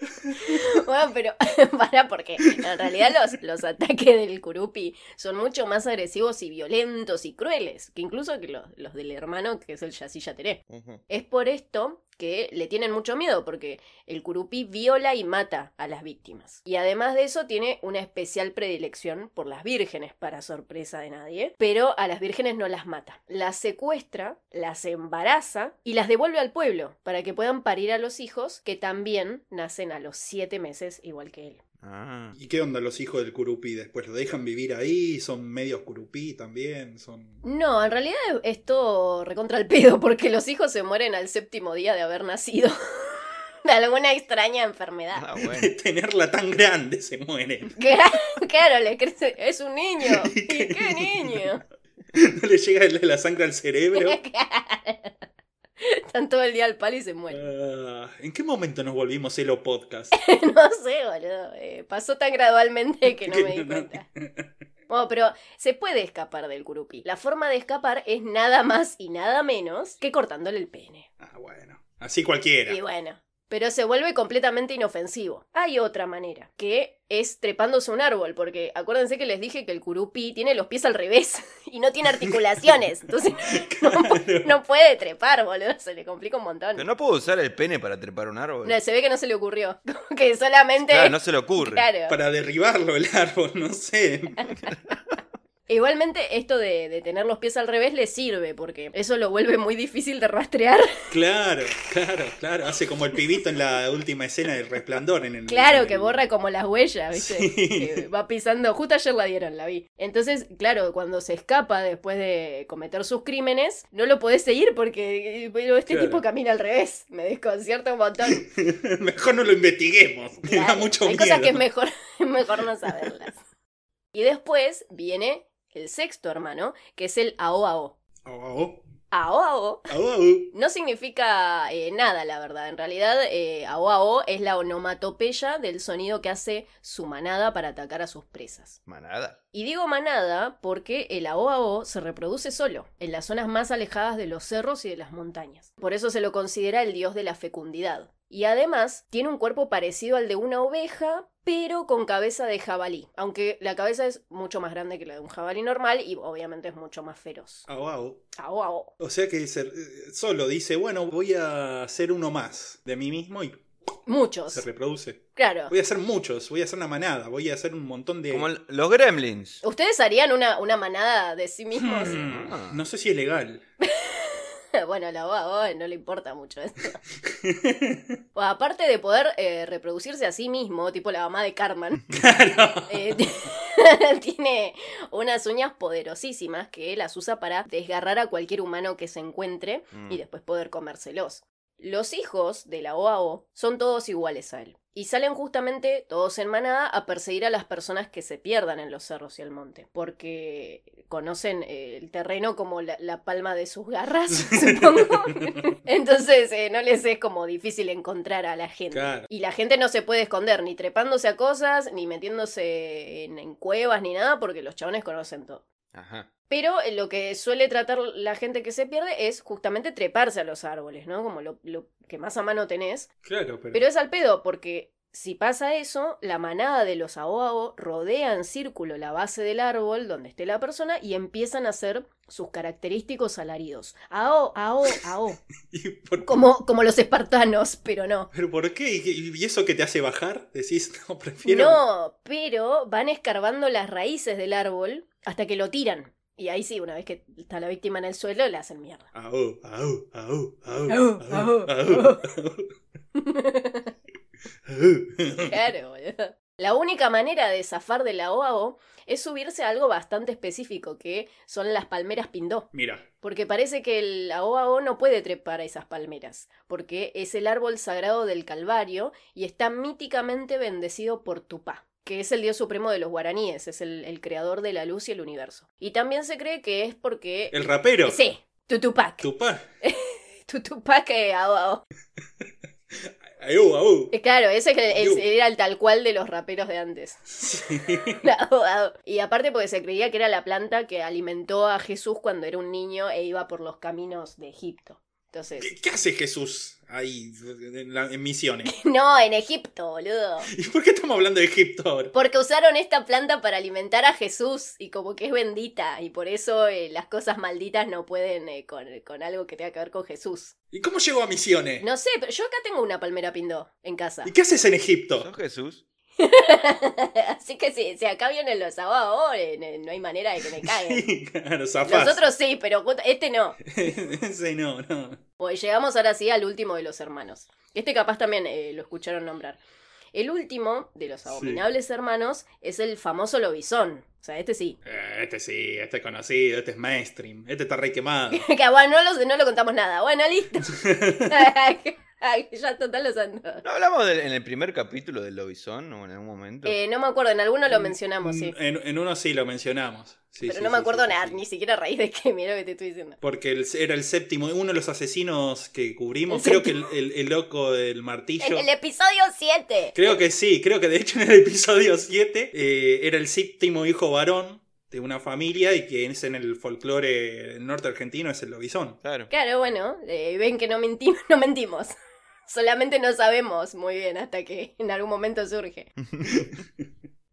Speaker 2: Bueno, pero para porque en realidad los, los ataques del Kurupi son mucho más agresivos y violentos y crueles que incluso que los, los del hermano que es el Yasilla Teré.
Speaker 3: Ujú.
Speaker 2: Es por esto que le tienen mucho miedo porque el Kurupi viola y mata a las víctimas. Y además de eso tiene una especial predilección por las vírgenes, para sorpresa de nadie, pero a las vírgenes no las mata. Las secuestra, las embaraza y las devuelve al pueblo para que puedan parir a los hijos que también nacen a los siete meses igual que él.
Speaker 3: Ah.
Speaker 4: ¿Y qué onda los hijos del curupí después? ¿Lo dejan vivir ahí? ¿Son medios curupí también? ¿Son...
Speaker 2: No, en realidad es todo recontra el pedo porque los hijos se mueren al séptimo día de haber nacido. De alguna extraña enfermedad.
Speaker 3: Ah,
Speaker 4: De
Speaker 3: bueno.
Speaker 4: tenerla tan grande se mueren.
Speaker 2: Claro, claro, le crece. Es un niño. ¿Y qué niño?
Speaker 4: No le llega la- la sangre al cerebro.
Speaker 2: Están todo el día al palo y se mueren.
Speaker 4: Ah, ¿En qué momento nos volvimos Elo Podcast?
Speaker 2: No sé, boludo. eh, pasó tan gradualmente que no me di cuenta. Bueno, pero se puede escapar del curupí. La forma de escapar es nada más y nada menos que cortándole el pene.
Speaker 4: Ah, bueno. Así cualquiera.
Speaker 2: Y bueno, pero se vuelve completamente inofensivo. Hay otra manera, que es trepándose un árbol, porque acuérdense que les dije que el curupí tiene los pies al revés y no tiene articulaciones, entonces no, pu- no puede trepar, boludo, se le complica un montón.
Speaker 3: Pero no puedo usar el pene para trepar un árbol.
Speaker 2: No, se ve que no se le ocurrió, como que solamente...
Speaker 3: Claro, no se le ocurre.
Speaker 2: Claro.
Speaker 4: Para derribarlo el árbol, no sé.
Speaker 2: Igualmente esto de, de tener los pies al revés le sirve, porque eso lo vuelve muy difícil de rastrear.
Speaker 4: Claro, claro, claro. Hace como el pibito en la última escena del resplandor. En el, en
Speaker 2: Claro,
Speaker 4: el-
Speaker 2: que borra como las huellas, ¿viste?
Speaker 4: Sí.
Speaker 2: Que va pisando. Justo ayer la dieron, la vi. Entonces, claro, cuando se escapa después de cometer sus crímenes, no lo podés seguir porque eh, bueno, este
Speaker 4: Claro.
Speaker 2: tipo camina al revés. Me desconcierta un montón.
Speaker 4: Mejor no lo investiguemos. Me da
Speaker 2: Claro,
Speaker 4: mucho
Speaker 2: Hay
Speaker 4: miedo.
Speaker 2: cosas que es mejor, mejor no saberlas. Y después viene el sexto hermano, que es el AOAO.
Speaker 4: Au,
Speaker 2: AOAO
Speaker 4: au, au, au.
Speaker 2: No significa eh, nada, la verdad. En realidad, eh, ao ao es la onomatopeya del sonido que hace su manada para atacar a sus presas.
Speaker 3: Manada.
Speaker 2: Y digo manada porque el ao ao se reproduce solo, en las zonas más alejadas de los cerros y de las montañas. Por eso se lo considera el dios de la fecundidad. Y además, tiene un cuerpo parecido al de una oveja, pero con cabeza de jabalí. Aunque la cabeza es mucho más grande que la de un jabalí normal y obviamente es mucho más feroz.
Speaker 4: Au, au.
Speaker 2: Ao ao.
Speaker 4: O sea que se- eh, solo dice, bueno, voy a hacer uno más de mí mismo y se
Speaker 2: Muchos.
Speaker 4: reproduce.
Speaker 2: Claro.
Speaker 4: Voy a hacer muchos, voy a hacer una manada, voy a hacer un montón de...
Speaker 3: Como el- los gremlins.
Speaker 2: ¿Ustedes harían una, una manada de sí mismos?
Speaker 4: Hmm, No sé si es legal.
Speaker 2: bueno, la OAO no le importa mucho eso. O aparte de poder eh, reproducirse a sí mismo, tipo la mamá de Cartman,
Speaker 4: Claro.
Speaker 2: eh, ti- tiene unas uñas poderosísimas que las usa para desgarrar a cualquier humano que se encuentre
Speaker 3: Mm.
Speaker 2: y después poder comérselos. Los hijos de la OAO son todos iguales a él. Y salen justamente todos en manada a perseguir a las personas que se pierdan en los cerros y el monte. Porque conocen eh, el terreno como la, la palma de sus garras, supongo. Entonces eh, no les es como difícil encontrar a la gente.
Speaker 4: Claro.
Speaker 2: Y la gente no se puede esconder ni trepándose a cosas, ni metiéndose en, en cuevas, ni nada, porque los chabones conocen todo.
Speaker 3: Ajá.
Speaker 2: Pero eh, lo que suele tratar la gente que se pierde es justamente treparse a los árboles, ¿no? Como lo, lo que más a mano tenés.
Speaker 4: Claro, pero...
Speaker 2: Pero es al pedo, porque si pasa eso, la manada de los ahoago rodea en círculo la base del árbol donde esté la persona y empiezan a hacer sus característicos alaridos. Ao, ao, ao.
Speaker 4: ¿Y por-
Speaker 2: Como, como los espartanos, pero no.
Speaker 4: ¿Pero por qué? ¿Y- ¿Y eso que te hace bajar? Decís, no, prefiero...
Speaker 2: No, pero van escarbando las raíces del árbol hasta que lo tiran. Y ahí sí, una vez que está la víctima en el suelo, la hacen mierda.
Speaker 4: Au, au, au, au,
Speaker 2: Au,
Speaker 4: au,
Speaker 2: au,
Speaker 4: au,
Speaker 2: au.
Speaker 4: au.
Speaker 2: Claro, boludo. La única manera de zafar de la OAO es subirse a algo bastante específico, que son las palmeras pindó.
Speaker 4: Mira,
Speaker 2: Porque parece que el OAO no puede trepar a esas palmeras, porque es el árbol sagrado del Calvario y está míticamente bendecido por Tupá, que es el dios supremo de los guaraníes, es el, el creador de la luz y el universo. Y también se cree que es porque...
Speaker 4: el rapero.
Speaker 2: Sí, Tutupac.
Speaker 4: Tupá.
Speaker 2: Tutupac eh, AOAO.
Speaker 4: Au, au.
Speaker 2: Eh, Claro, ese es el- el-
Speaker 4: Yo.
Speaker 2: era el tal cual de los raperos de antes.
Speaker 4: Sí.
Speaker 2: La AOAO. Y aparte porque se creía que era la planta que alimentó a Jesús cuando era un niño e iba por los caminos de Egipto. Entonces...
Speaker 4: ¿Qué, qué hace Jesús ahí en, la- en misiones?
Speaker 2: No, en Egipto, boludo.
Speaker 4: ¿Y por qué estamos hablando de Egipto ahora?
Speaker 2: Porque usaron esta planta para alimentar a Jesús y como que es bendita y por eso eh, las cosas malditas no pueden eh, con, con algo que tenga que ver con Jesús.
Speaker 4: ¿Y cómo llegó a misiones?
Speaker 2: No sé, pero yo acá tengo una palmera pindó en casa.
Speaker 4: ¿Y qué haces en Egipto?
Speaker 3: ¿Sos Jesús?
Speaker 2: Así que si, si acá vienen los abajo, no hay manera de que me caguen.
Speaker 4: Sí, claro, zafás.
Speaker 2: Nosotros sí, pero justo- este no.
Speaker 4: Sí, no, no.
Speaker 2: Pues llegamos ahora sí al último de los hermanos. Este capaz también eh, lo escucharon nombrar. El último de los
Speaker 4: Sí.
Speaker 2: abominables hermanos es el famoso lobizón. O sea, este sí.
Speaker 4: Eh, Este sí, este es conocido, este es mainstream, este está re quemado.
Speaker 2: Que, bueno, no lo, no lo contamos nada. Bueno, listo. Ay, ya total los ando.
Speaker 3: ¿No hablamos del- en el primer capítulo del lobizón o en algún momento?
Speaker 2: Eh, no me acuerdo, en alguno lo mencionamos, sí.
Speaker 4: En, en uno Mm, sí lo mencionamos. Sí,
Speaker 2: Pero
Speaker 4: sí,
Speaker 2: no me
Speaker 4: sí,
Speaker 2: acuerdo
Speaker 4: sí,
Speaker 2: nada,
Speaker 4: sí.
Speaker 2: ni siquiera a raíz de que mira lo que te estoy diciendo.
Speaker 4: Porque el- era el séptimo, uno de los asesinos que cubrimos.
Speaker 2: El
Speaker 4: Creo que el, el- el loco del
Speaker 2: En
Speaker 4: martillo.
Speaker 2: el episodio 7.
Speaker 4: Creo que sí, creo que de hecho en el episodio 7 eh, era el séptimo hijo varón de una familia y que es en el folclore norte argentino es el lobizón.
Speaker 3: Claro.
Speaker 2: Claro, bueno, eh, ven que no mentimos, no mentimos. Solamente no sabemos muy bien hasta que en algún momento surge.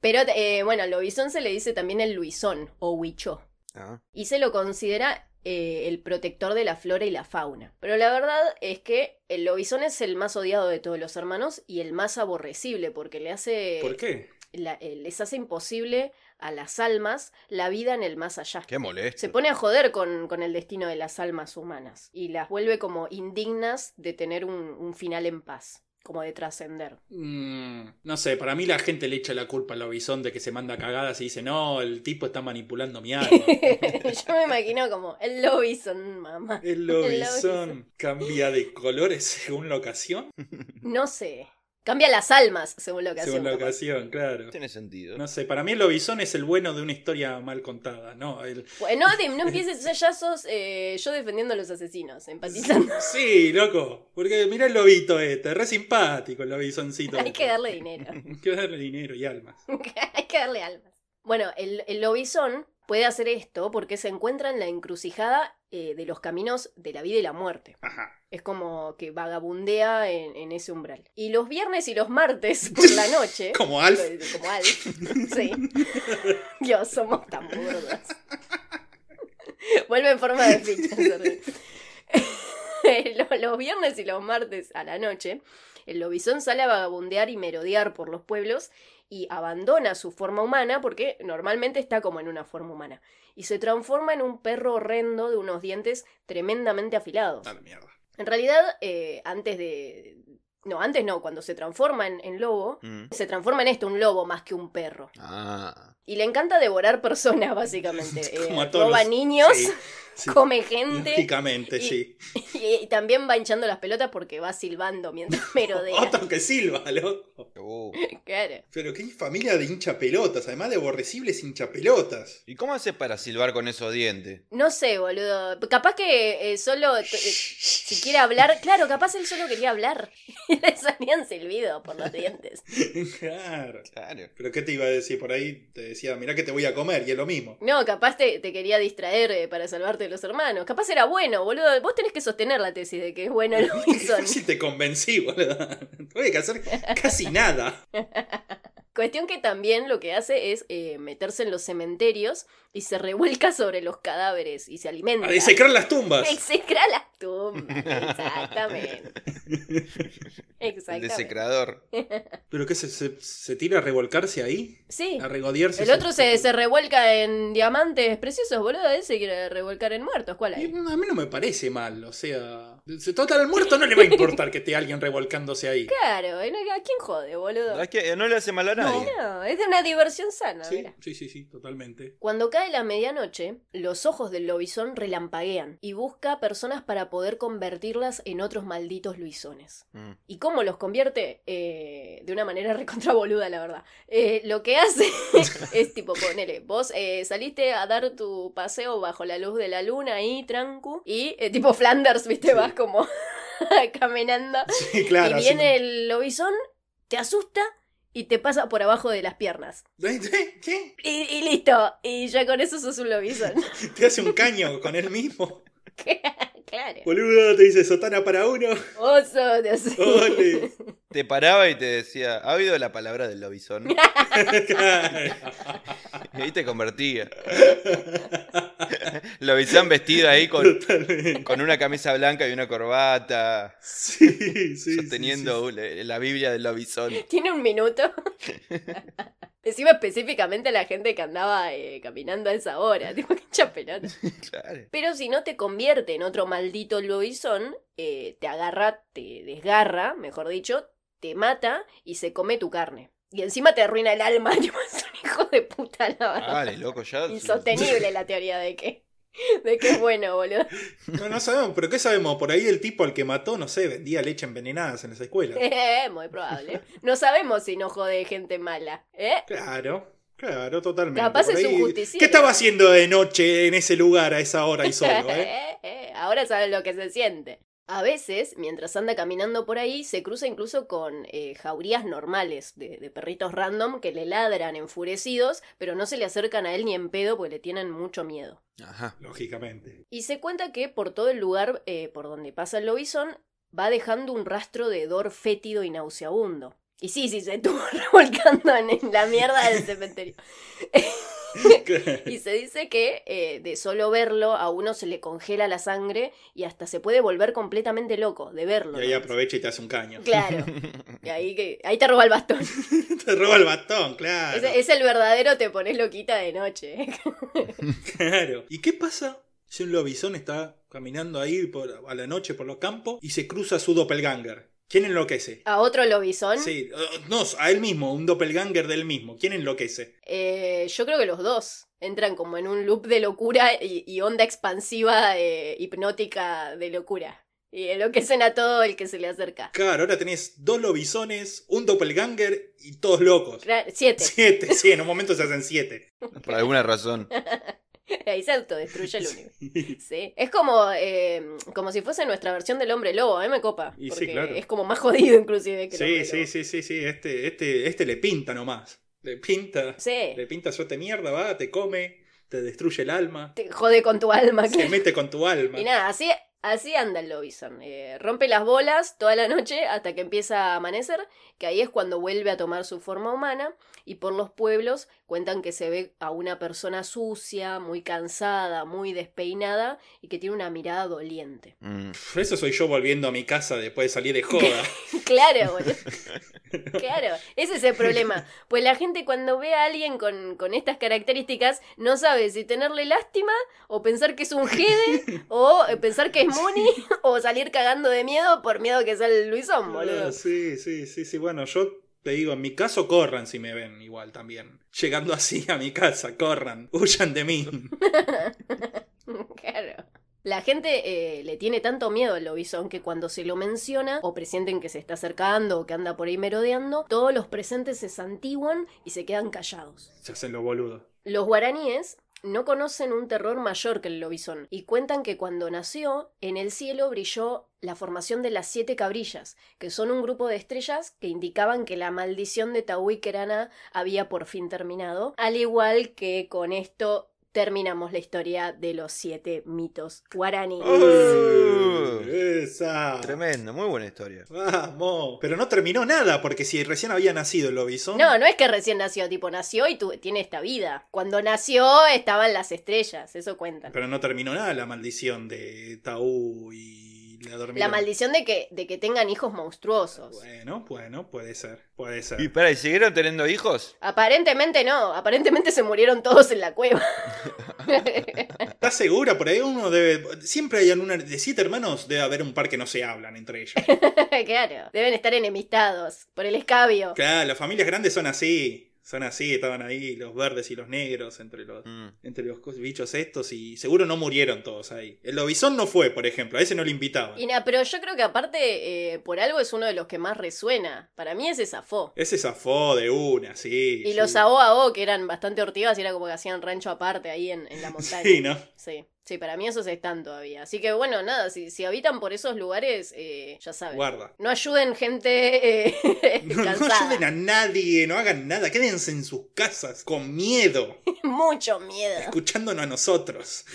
Speaker 2: Pero eh, bueno, lobizón se le dice también el luisón o huichó.
Speaker 3: Ah,
Speaker 2: y se lo considera eh, el protector de la flora y la fauna. Pero la verdad es que el lobizón es el más odiado de todos los hermanos y el más aborrecible porque le hace,
Speaker 4: ¿Por qué?
Speaker 2: la- eh, les hace imposible a las almas la vida en el más allá.
Speaker 3: qué molesto.
Speaker 2: Se pone a joder con, con el destino de las almas humanas y las vuelve como indignas de tener un, un final en paz, como de trascender.
Speaker 4: Mm, no sé, para mí la gente le echa la culpa al lobizón de que se manda cagadas y dice, no, el tipo está manipulando mi alma.
Speaker 2: Yo me imagino como el lobizón, mamá.
Speaker 4: El lobizón cambia de colores según la ocasión.
Speaker 2: No sé. Cambia las almas, según lo que
Speaker 4: Según la
Speaker 2: hacemos.
Speaker 4: ocasión, claro.
Speaker 3: Tiene sentido.
Speaker 4: No sé, para mí el lobizón es el bueno de una historia mal contada, ¿no? El...
Speaker 2: Bueno, Dim, no empieces, o sea, ya sos eh, yo defendiendo a los asesinos, empatizando.
Speaker 4: Sí, loco. Porque mirá el lobito este, re simpático el lobizoncito.
Speaker 2: Hay
Speaker 4: este.
Speaker 2: que darle dinero,
Speaker 4: Hay que darle dinero y almas.
Speaker 2: hay que darle almas. Bueno, el, el lobizón puede hacer esto porque se encuentra en la encrucijada eh, de los caminos de la vida y la muerte.
Speaker 4: Ajá.
Speaker 2: Es como que vagabundea en, en ese umbral. Y los viernes y los martes por la noche...
Speaker 4: Como Alf.
Speaker 2: Como Alf. Sí. Dios, somos tan burdos. Vuelve en forma de ficha. sorry. Lo- los viernes y los martes a la noche, el lobizón sale a vagabundear y merodear por los pueblos y abandona su forma humana porque normalmente está como en una forma humana. Y se transforma en un perro horrendo de unos dientes tremendamente afilados.
Speaker 4: A la mierda.
Speaker 2: En realidad, eh, antes de... No, antes no, cuando se transforma en- en lobo,
Speaker 3: Mm.
Speaker 2: se transforma en esto, un lobo más que un perro.
Speaker 3: Ah,
Speaker 2: Y le encanta devorar personas, básicamente.
Speaker 4: Como
Speaker 2: Eh,
Speaker 4: a todos
Speaker 2: roba
Speaker 4: los-
Speaker 2: niños,
Speaker 4: Sí, sí.
Speaker 2: come gente
Speaker 4: Lógicamente,
Speaker 2: Y-
Speaker 4: sí.
Speaker 2: y, y también va hinchando las pelotas porque va silbando mientras merodea.
Speaker 4: Otro que silba, loco.
Speaker 3: oh.
Speaker 2: Claro.
Speaker 4: Pero qué familia de hinchapelotas, además de aborrecibles hinchapelotas.
Speaker 3: ¿Y cómo haces para silbar con esos dientes?
Speaker 2: No sé, boludo. Capaz que eh, solo t- eh, si quiere hablar. Claro, capaz él solo quería hablar. Y le salían silbido por los dientes.
Speaker 4: Claro.
Speaker 3: Claro.
Speaker 4: Pero qué te iba a decir por ahí, te decía, mirá que te voy a comer, y es lo mismo.
Speaker 2: No, capaz te, te quería distraer eh, para salvarte de los hermanos. Capaz era bueno, boludo. Vos tenés que sostener la tesis de que es bueno el lobizón.
Speaker 4: Si te convencí, boludo. Tuve que hacer casi nada.
Speaker 2: Cuestión que también lo que hace es eh, meterse en los cementerios y se revuelca sobre los cadáveres y se alimenta.
Speaker 4: A desecrar las tumbas.
Speaker 2: Execra las tumbas. Exactamente.
Speaker 3: El
Speaker 2: Exactamente. Eh.
Speaker 3: desecrador.
Speaker 4: ¿Pero qué? ¿Se, se, se tira a revolcarse ahí?
Speaker 2: Sí.
Speaker 4: ¿A regodearse?
Speaker 2: El otro se, se revuelca en diamantes preciosos, boludo. Él se quiere revolcar en muertos. ¿Cuál
Speaker 4: Y
Speaker 2: hay?
Speaker 4: A mí no me parece mal, o sea. se- Total, al muerto no le va a importar que esté alguien revolcándose ahí.
Speaker 2: Claro, ¿eh? ¿a quién jode, boludo?
Speaker 3: Es que Eh, no le hace mal a nadie.
Speaker 2: No, es de una diversión sana,
Speaker 4: Sí,
Speaker 2: mira.
Speaker 4: sí, sí, sí, totalmente.
Speaker 2: Cuando cae la medianoche, los ojos del lobizón relampaguean y busca personas para poder convertirlas en otros malditos luisones.
Speaker 3: Mm.
Speaker 2: ¿Y cómo los convierte? Eh, de una manera recontraboluda, la verdad. Eh, lo que hace es tipo, ponele, vos eh, saliste a dar tu paseo bajo la luz de la luna ahí, trancu, y eh, tipo Flanders, viste,
Speaker 4: Sí.
Speaker 2: vas como caminando.
Speaker 4: Sí, claro.
Speaker 2: y
Speaker 4: así-
Speaker 2: viene el lobizón, te asusta y te pasa por abajo de las piernas.
Speaker 4: ¿Eh? ¿Qué?
Speaker 2: Y, y listo, y ya con eso sos un lobizón.
Speaker 4: ¿Te hace un caño con él mismo?
Speaker 2: claro.
Speaker 4: Boludo, te dice sotana para uno. Oh,
Speaker 2: Oso, te hace-
Speaker 4: Ole.
Speaker 3: Te paraba y te decía, ¿ha oído la palabra del lobizón? Y ahí te convertía. Lobizón vestido ahí con,
Speaker 4: Totalmente.
Speaker 3: con una camisa blanca y una corbata,
Speaker 4: Sí, sí.
Speaker 3: sosteniendo
Speaker 4: sí,
Speaker 3: un- la Biblia del lobizón.
Speaker 2: Tiene un minuto. Decime específicamente a la gente que andaba eh, caminando a esa hora. Tipo, qué chapelota.
Speaker 3: Claro.
Speaker 2: Pero si no te convierte en otro maldito lobizón, eh, te agarra, te desgarra, mejor dicho, te mata y se come tu carne. Y encima te arruina el alma. Tipo, es un hijo de puta, la verdad.
Speaker 3: Vale, loco, Ah, ya.
Speaker 2: Insostenible la teoría de que, de que es bueno, boludo.
Speaker 4: sí. No, no sabemos, pero ¿qué sabemos? Por ahí el tipo al que mató, no sé, vendía leche envenenadas en las escuelas.
Speaker 2: Eh, muy probable. No sabemos si no jode gente mala. ¿Eh?
Speaker 4: Claro, claro, totalmente.
Speaker 2: Capaz
Speaker 4: Por
Speaker 2: es
Speaker 4: ahí-
Speaker 2: un justiciero.
Speaker 4: ¿Qué estaba haciendo de noche en ese lugar a esa hora y solo, eh?
Speaker 2: Eh, eh, ahora saben lo que se siente. A veces, mientras anda caminando por ahí, se cruza incluso con eh, jaurías normales de, de perritos random que le ladran enfurecidos, pero no se le acercan a él ni en pedo porque le tienen mucho miedo.
Speaker 3: Ajá.
Speaker 4: Lógicamente.
Speaker 2: Y se cuenta que por todo el lugar eh, por donde pasa el lobizón, va dejando un rastro de hedor fétido y nauseabundo. Y sí, sí, se estuvo revolcando en en la mierda del cementerio. Y se dice que eh, de solo verlo a uno se le congela la sangre y hasta se puede volver completamente loco de verlo.
Speaker 4: Y ahí
Speaker 2: ¿no?
Speaker 4: aprovecha y te hace un caño.
Speaker 2: Claro. Y ahí, que, ahí te roba el bastón.
Speaker 4: te roba el bastón, claro.
Speaker 2: Ese- es el verdadero te pones loquita de noche.
Speaker 4: Claro. ¿Y qué pasa si un lobizón está caminando ahí por, a la noche por los campos y se cruza su doppelganger? ¿Quién enloquece?
Speaker 2: A otro lobizón,
Speaker 4: Sí, eh, no, a él mismo, un doppelganger del mismo. ¿Quién enloquece?
Speaker 2: eh, yo creo que los dos entran como en un loop de locura y, y onda expansiva eh, hipnótica de locura. Y enloquecen a todo el que se le acerca.
Speaker 4: Claro, ahora tenés dos lobizones, un doppelganger y todos locos.
Speaker 2: Ra- Siete.
Speaker 4: Siete, sí, en un momento se hacen siete.
Speaker 3: Por alguna razón.
Speaker 2: Ahí se autodestruye el universo. Sí. Es como, eh, como si fuese nuestra versión del hombre lobo, a mí me copa.
Speaker 4: Y sí,
Speaker 2: porque
Speaker 4: claro.
Speaker 2: Es como más jodido inclusive que el
Speaker 4: Sí,
Speaker 2: hombre
Speaker 4: sí,
Speaker 2: lobo.
Speaker 4: sí, sí, sí, este, este, este le pinta nomás. Le pinta,
Speaker 2: Sí.
Speaker 4: le pinta suerte mierda, va, te come, te destruye el alma,
Speaker 2: Te jode con tu alma.
Speaker 4: se
Speaker 2: claro.
Speaker 4: mete con tu alma.
Speaker 2: Y nada, así, así anda el Lobison. Eh, rompe las bolas toda la noche hasta que empieza a amanecer, que ahí es cuando vuelve a tomar su forma humana. Y por los pueblos cuentan que se ve a una persona sucia, muy cansada, muy despeinada y que tiene una mirada doliente.
Speaker 3: Mm.
Speaker 4: Por eso soy yo volviendo a mi casa después de salir de joda.
Speaker 2: Claro, boludo. Claro, ese es el problema. Pues la gente cuando ve a alguien con, con estas características no sabe si tenerle lástima o pensar que es un jede o eh, pensar que es Muni o salir cagando de miedo por miedo que sea el Luisón, boludo.
Speaker 4: Ah, sí, sí, sí, sí. Bueno, yo te digo, en mi caso corran si me ven igual también. Llegando así a mi casa, corran, huyan de mí.
Speaker 2: Claro. La gente eh, le tiene tanto miedo al lobizón que cuando se lo menciona o presienten que se está acercando o que anda por ahí merodeando, todos los presentes se santiguan y se quedan callados.
Speaker 4: Se hacen los boludos.
Speaker 2: Los guaraníes no conocen un terror mayor que el lobizón y cuentan que cuando nació, en el cielo brilló la formación de las siete cabrillas, que son un grupo de estrellas que indicaban que la maldición de Tahui Kerana había por fin terminado, al igual que con esto terminamos la historia de los siete mitos guaraníes.
Speaker 3: Uh.
Speaker 4: Eh, ¡Esa!
Speaker 3: Tremendo, muy buena historia.
Speaker 4: ¡Vamos! Pero no terminó nada, porque si recién había nacido el lobizón.
Speaker 2: No, no es que recién nació, tipo nació y tu- tiene esta vida. Cuando nació estaban las estrellas, eso cuentan.
Speaker 4: Pero no terminó nada la maldición de Taú y la dormida.
Speaker 2: La maldición de que, de que tengan hijos monstruosos.
Speaker 4: Bueno, bueno, puede ser, puede ser.
Speaker 3: Y para, ¿y siguieron teniendo hijos?
Speaker 2: Aparentemente no, aparentemente se murieron todos en la cueva.
Speaker 4: ¿Estás segura? Por ahí uno debe. Siempre hay en una. De siete hermanos debe haber un par que no se hablan entre ellos.
Speaker 2: claro, deben estar enemistados por el escabio.
Speaker 4: Claro, las familias grandes son así. Son así, estaban ahí los verdes y los negros entre los,
Speaker 3: Mm.
Speaker 4: entre los cos- bichos estos y seguro no murieron todos ahí. El lobizón no fue, por ejemplo, a ese no lo invitaban.
Speaker 2: Y na, pero yo creo que aparte, eh, por algo es uno de los que más resuena. Para mí ese zafó.
Speaker 4: Ese zafó de una, sí.
Speaker 2: Y
Speaker 4: sí.
Speaker 2: los AO AO, que eran bastante ortivas, y era como que hacían rancho aparte ahí en, en la montaña.
Speaker 4: Sí, ¿no?
Speaker 2: sí, sí, para mí esos están todavía. Así que bueno, nada, si, si habitan por esos lugares, eh, ya saben.
Speaker 4: Guarda.
Speaker 2: No ayuden gente eh,
Speaker 4: No, no
Speaker 2: cansada.
Speaker 4: ayuden a nadie, no hagan nada, quédense en sus casas con miedo,
Speaker 2: Mucho miedo.
Speaker 4: escuchándonos a nosotros.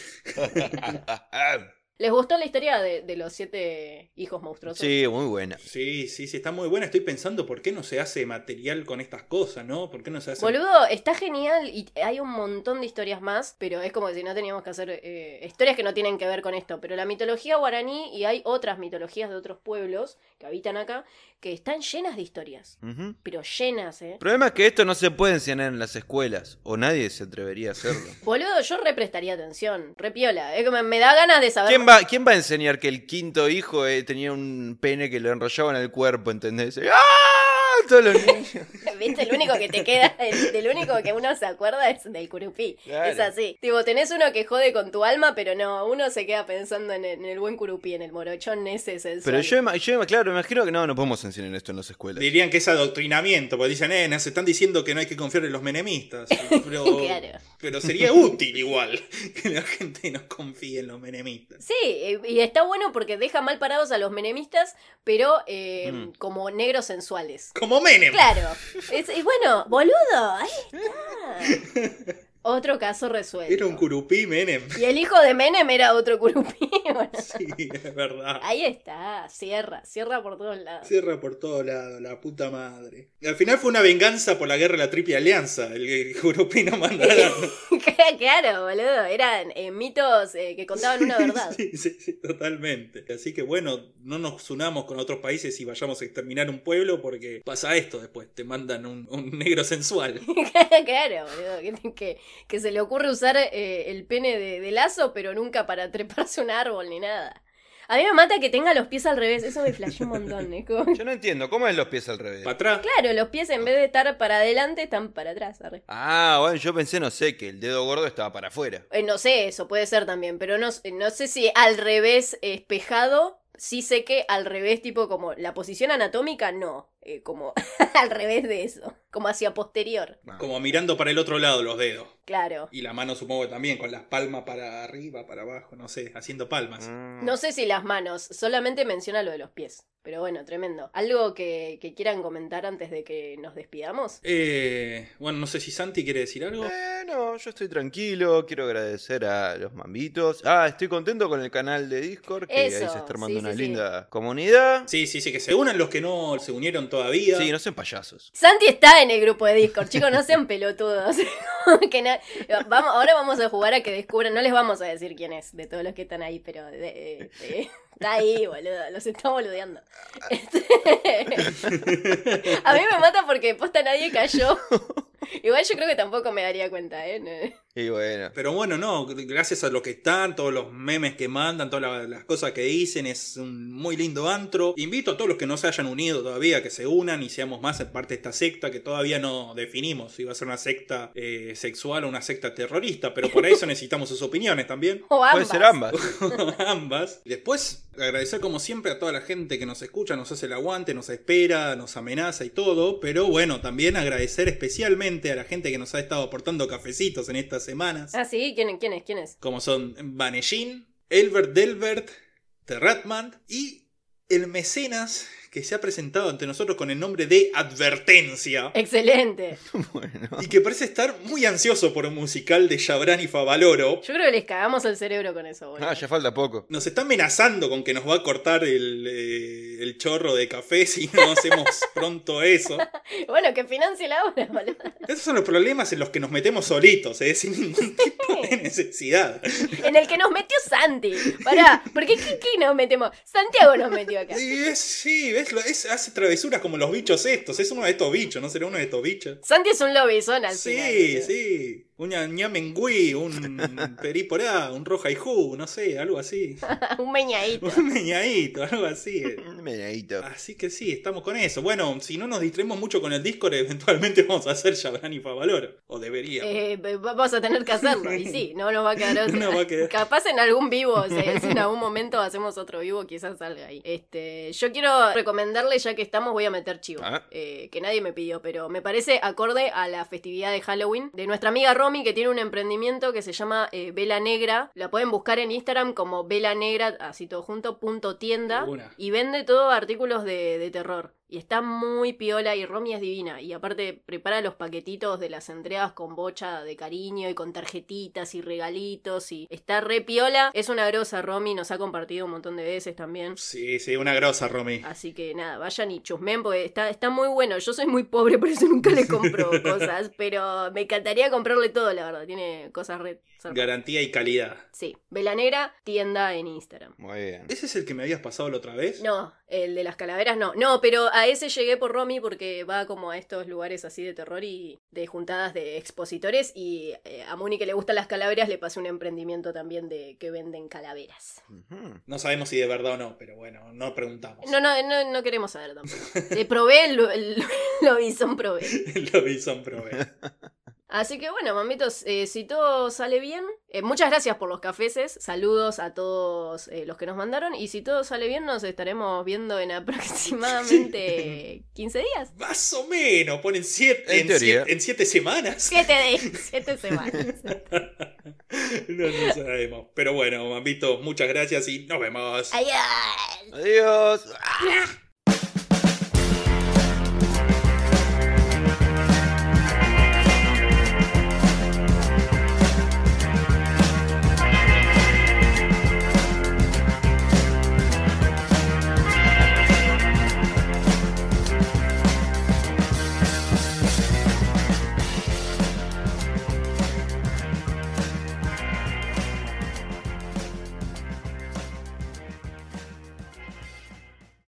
Speaker 2: ¿Les gustó la historia de, de los siete hijos monstruosos?
Speaker 3: Sí, muy buena.
Speaker 4: Sí, sí, sí, está muy buena. Estoy pensando por qué no se hace material con estas cosas, ¿no? ¿Por qué no se hace
Speaker 2: Boludo, está genial y hay un montón de historias más, pero es como que si no teníamos que hacer eh, historias que no tienen que ver con esto. Pero la mitología guaraní y hay otras mitologías de otros pueblos que habitan acá que están llenas de historias.
Speaker 3: Ujú.
Speaker 2: Pero llenas, ¿eh?
Speaker 3: El problema es que esto no se puede enseñar en las escuelas, o nadie se atrevería a hacerlo.
Speaker 2: Boludo, yo re prestaría atención, re piola. Es que me, me da ganas de saber.
Speaker 3: ¿Quién va, ¿Quién va a enseñar que el quinto hijo eh, tenía un pene que lo enrollaba en el cuerpo, entendés? ¡Ah! Todos los niños.
Speaker 2: ¿Viste? El único que te queda, el, del único que uno se acuerda es del curupí.
Speaker 3: Claro.
Speaker 2: Es así. Tipo, tenés uno que jode con tu alma, pero no, uno se queda pensando en el, en el buen curupí, en el morochón ese sensual.
Speaker 3: Pero yo, ima- yo, ima- claro, me imagino que no, no podemos enseñar esto en las escuelas.
Speaker 4: Dirían que es adoctrinamiento, porque dicen, eh, nos están diciendo que no hay que confiar en los menemistas. Pero,
Speaker 2: Claro.
Speaker 4: pero sería útil igual que la gente no confíe en los menemistas.
Speaker 2: Sí, eh, y está bueno porque deja mal parados a los menemistas, pero eh,
Speaker 3: Mm.
Speaker 2: como negros sensuales.
Speaker 4: Em. Como Menem.
Speaker 2: Claro. Es, y bueno, boludo, ahí está. Otro caso resuelto.
Speaker 4: Era un curupí, Menem.
Speaker 2: Y el hijo de Menem era otro curupí. Bueno,
Speaker 4: Sí, es verdad.
Speaker 2: ahí está, cierra, cierra por todos lados.
Speaker 4: Cierra por todo lado, la puta madre. Y al final fue una venganza por la guerra de la Triple Alianza. El, el curupí no mandaron.
Speaker 2: claro, boludo, eran eh, mitos eh, que contaban una verdad.
Speaker 4: Sí, sí, sí, totalmente. Así que bueno, no nos unamos con otros países y vayamos a exterminar un pueblo porque pasa esto después. Te mandan un, un negro sensual.
Speaker 2: claro, boludo, que, que- que se le ocurre usar eh, el pene de, de lazo, pero nunca para treparse un árbol ni nada. A mí me mata que tenga los pies al revés, eso me flasheó un montón. es como-
Speaker 3: Yo no entiendo, ¿cómo es los pies al revés?
Speaker 4: Para atrás.
Speaker 2: Claro, los pies en vez de estar para adelante están para atrás. arre.
Speaker 3: Ah, bueno, yo pensé, no sé, que el dedo gordo estaba para afuera.
Speaker 2: Eh, no sé, eso puede ser también, pero no, eh, no sé si al revés espejado, sí sé que al revés, tipo como la posición anatómica, no, eh, como al revés de eso, como hacia posterior,
Speaker 3: Ah.
Speaker 4: Como mirando para el otro lado los dedos.
Speaker 2: claro.
Speaker 4: Y la mano supongo que también, con las palmas para arriba, para abajo, no sé, haciendo palmas.
Speaker 3: Mm.
Speaker 2: No sé si las manos, solamente menciona lo de los pies, pero bueno, tremendo. ¿Algo que, que quieran comentar antes de que nos despidamos?
Speaker 4: Eh, bueno, no sé si Santi quiere decir algo.
Speaker 3: Eh, no, yo estoy tranquilo, quiero agradecer a los mambitos. Ah, estoy contento con el canal de Discord, que ahí
Speaker 2: Eso,
Speaker 3: se está
Speaker 2: sí,
Speaker 3: armando una
Speaker 2: sí, sí.
Speaker 3: linda comunidad.
Speaker 4: Sí, sí, sí, que se unan los que no se unieron todavía.
Speaker 3: Sí, no sean payasos.
Speaker 2: Santi está en el grupo de Discord, chicos, no sean pelotudos. Que na- vamos, ahora vamos a jugar a que descubran, no les vamos a decir quién es de todos los que están ahí, pero de- de- de- está ahí, boludo, los está boludeando. Este- a mí me mata porque posta nadie cayó. Igual yo creo que tampoco me daría cuenta, ¿eh? No.
Speaker 3: Y bueno,
Speaker 4: Pero bueno, no, gracias a lo que están, todos los memes que mandan, todas la- las, cosas que dicen, es un muy lindo antro. Invito a todos los que no se hayan unido todavía, que se unan y seamos más en parte de esta secta, que todavía no definimos si va a ser una secta eh, sexual o una secta terrorista, pero por eso necesitamos sus opiniones también.
Speaker 2: O
Speaker 3: puede
Speaker 2: ambas.
Speaker 3: ser ambas.
Speaker 4: ambas. Después, agradecer como siempre a toda la gente que nos escucha, nos hace el aguante, nos espera, nos amenaza y todo. Pero bueno, también agradecer especialmente a la gente que nos ha estado aportando cafecitos en estas semanas.
Speaker 2: Ah, sí, ¿quién, quién es? ¿Quién es?
Speaker 4: Como son Vanellín, Elbert Delbert, Terratman y el mecenas que se ha presentado ante nosotros con el nombre de Advertencia.
Speaker 2: Excelente.
Speaker 3: Bueno,
Speaker 4: Y que parece estar muy ansioso por un musical de Jabran y Favaloro.
Speaker 2: Yo creo que les cagamos el cerebro con eso, boludo.
Speaker 3: ah, ya falta poco.
Speaker 4: Nos está amenazando con que nos va a cortar el, eh, el chorro de café si no hacemos pronto eso.
Speaker 2: Bueno, que financie la obra, boludo.
Speaker 4: Esos son los problemas en los que nos metemos solitos, eh, sin ningún tipo de necesidad.
Speaker 2: En el que nos metió Santi. Pará, ¿por qué Kiki nos metemos? Santiago nos metió acá.
Speaker 4: Y es- sí, ves, lo- es- hace travesuras como los bichos estos. Es uno de estos bichos, ¿no será uno de estos bichos?
Speaker 2: Santi es un lobizón al
Speaker 4: Sí,
Speaker 2: final, boludo.
Speaker 4: sí. Un ña- ñamengüí, un periporá, un roja y no sé, algo así.
Speaker 2: Un meñadito.
Speaker 4: Un meñadito, algo así. eh.
Speaker 3: Mm, Menadito.
Speaker 4: Así que sí, estamos con eso. Bueno, si no nos distraemos mucho con el Discord, eventualmente vamos a hacer Jabran y Favaloro. O debería.
Speaker 2: Eh, ve- vamos a tener que hacerlo. Y sí, no nos va a quedar otra.
Speaker 4: No va a quedar.
Speaker 2: Capaz en algún vivo, o sea, si en algún momento hacemos otro vivo, quizás salga ahí. Este, yo quiero recomendarle, ya que estamos, voy a meter chivo.
Speaker 3: Ah.
Speaker 2: eh, que nadie me pidió, pero me parece acorde a la festividad de Halloween de nuestra amiga Romy, que tiene un emprendimiento que se llama eh, Vela Negra. La pueden buscar en Instagram como Vela Negra, así todo junto, punto tienda.
Speaker 4: De una.
Speaker 2: Y vende todo artículos de, de terror. Y está muy piola y Romy es divina. Y aparte prepara los paquetitos de las entregas con bocha de cariño y con tarjetitas y regalitos. Y está re piola. Es una grosa Romy, nos ha compartido un montón de veces también.
Speaker 4: Sí, sí, una grosa, Romy.
Speaker 2: Así que nada, vayan y chusmen porque está, está muy bueno. Yo soy muy pobre, por eso nunca le compro cosas. Pero me encantaría comprarle todo, la verdad. Tiene cosas re... zarpadas.
Speaker 4: Garantía y calidad.
Speaker 2: Sí, Vela Negra, tienda en Instagram.
Speaker 3: Muy bien.
Speaker 4: ¿Ese es el que me habías pasado la otra vez?
Speaker 2: No, el de las calaveras no. No, pero a ese llegué por Romy porque va como a estos lugares así de terror y de juntadas de expositores. Y eh, a Muni que le gustan las calaveras le pasé un emprendimiento también de que venden calaveras.
Speaker 3: Ujú.
Speaker 4: No sabemos si de verdad o no, pero bueno, no preguntamos.
Speaker 2: No, no, no, no queremos saber tampoco. Le probé, lo, lo, lo vi, son probé.
Speaker 4: Lo vi, son probé.
Speaker 2: Así que bueno, mamitos, eh, si todo sale bien, eh, muchas gracias por los cafeses, saludos a todos eh, los que nos mandaron y si todo sale bien nos estaremos viendo en aproximadamente 15 días.
Speaker 4: Más o menos, ponen siete
Speaker 3: En
Speaker 4: en,
Speaker 3: teoría.
Speaker 4: siete, en siete semanas.
Speaker 2: Siete de siete semanas.
Speaker 4: No, no sabemos. Pero bueno, Mambito, muchas gracias y nos vemos.
Speaker 2: Adiós.
Speaker 3: Adiós.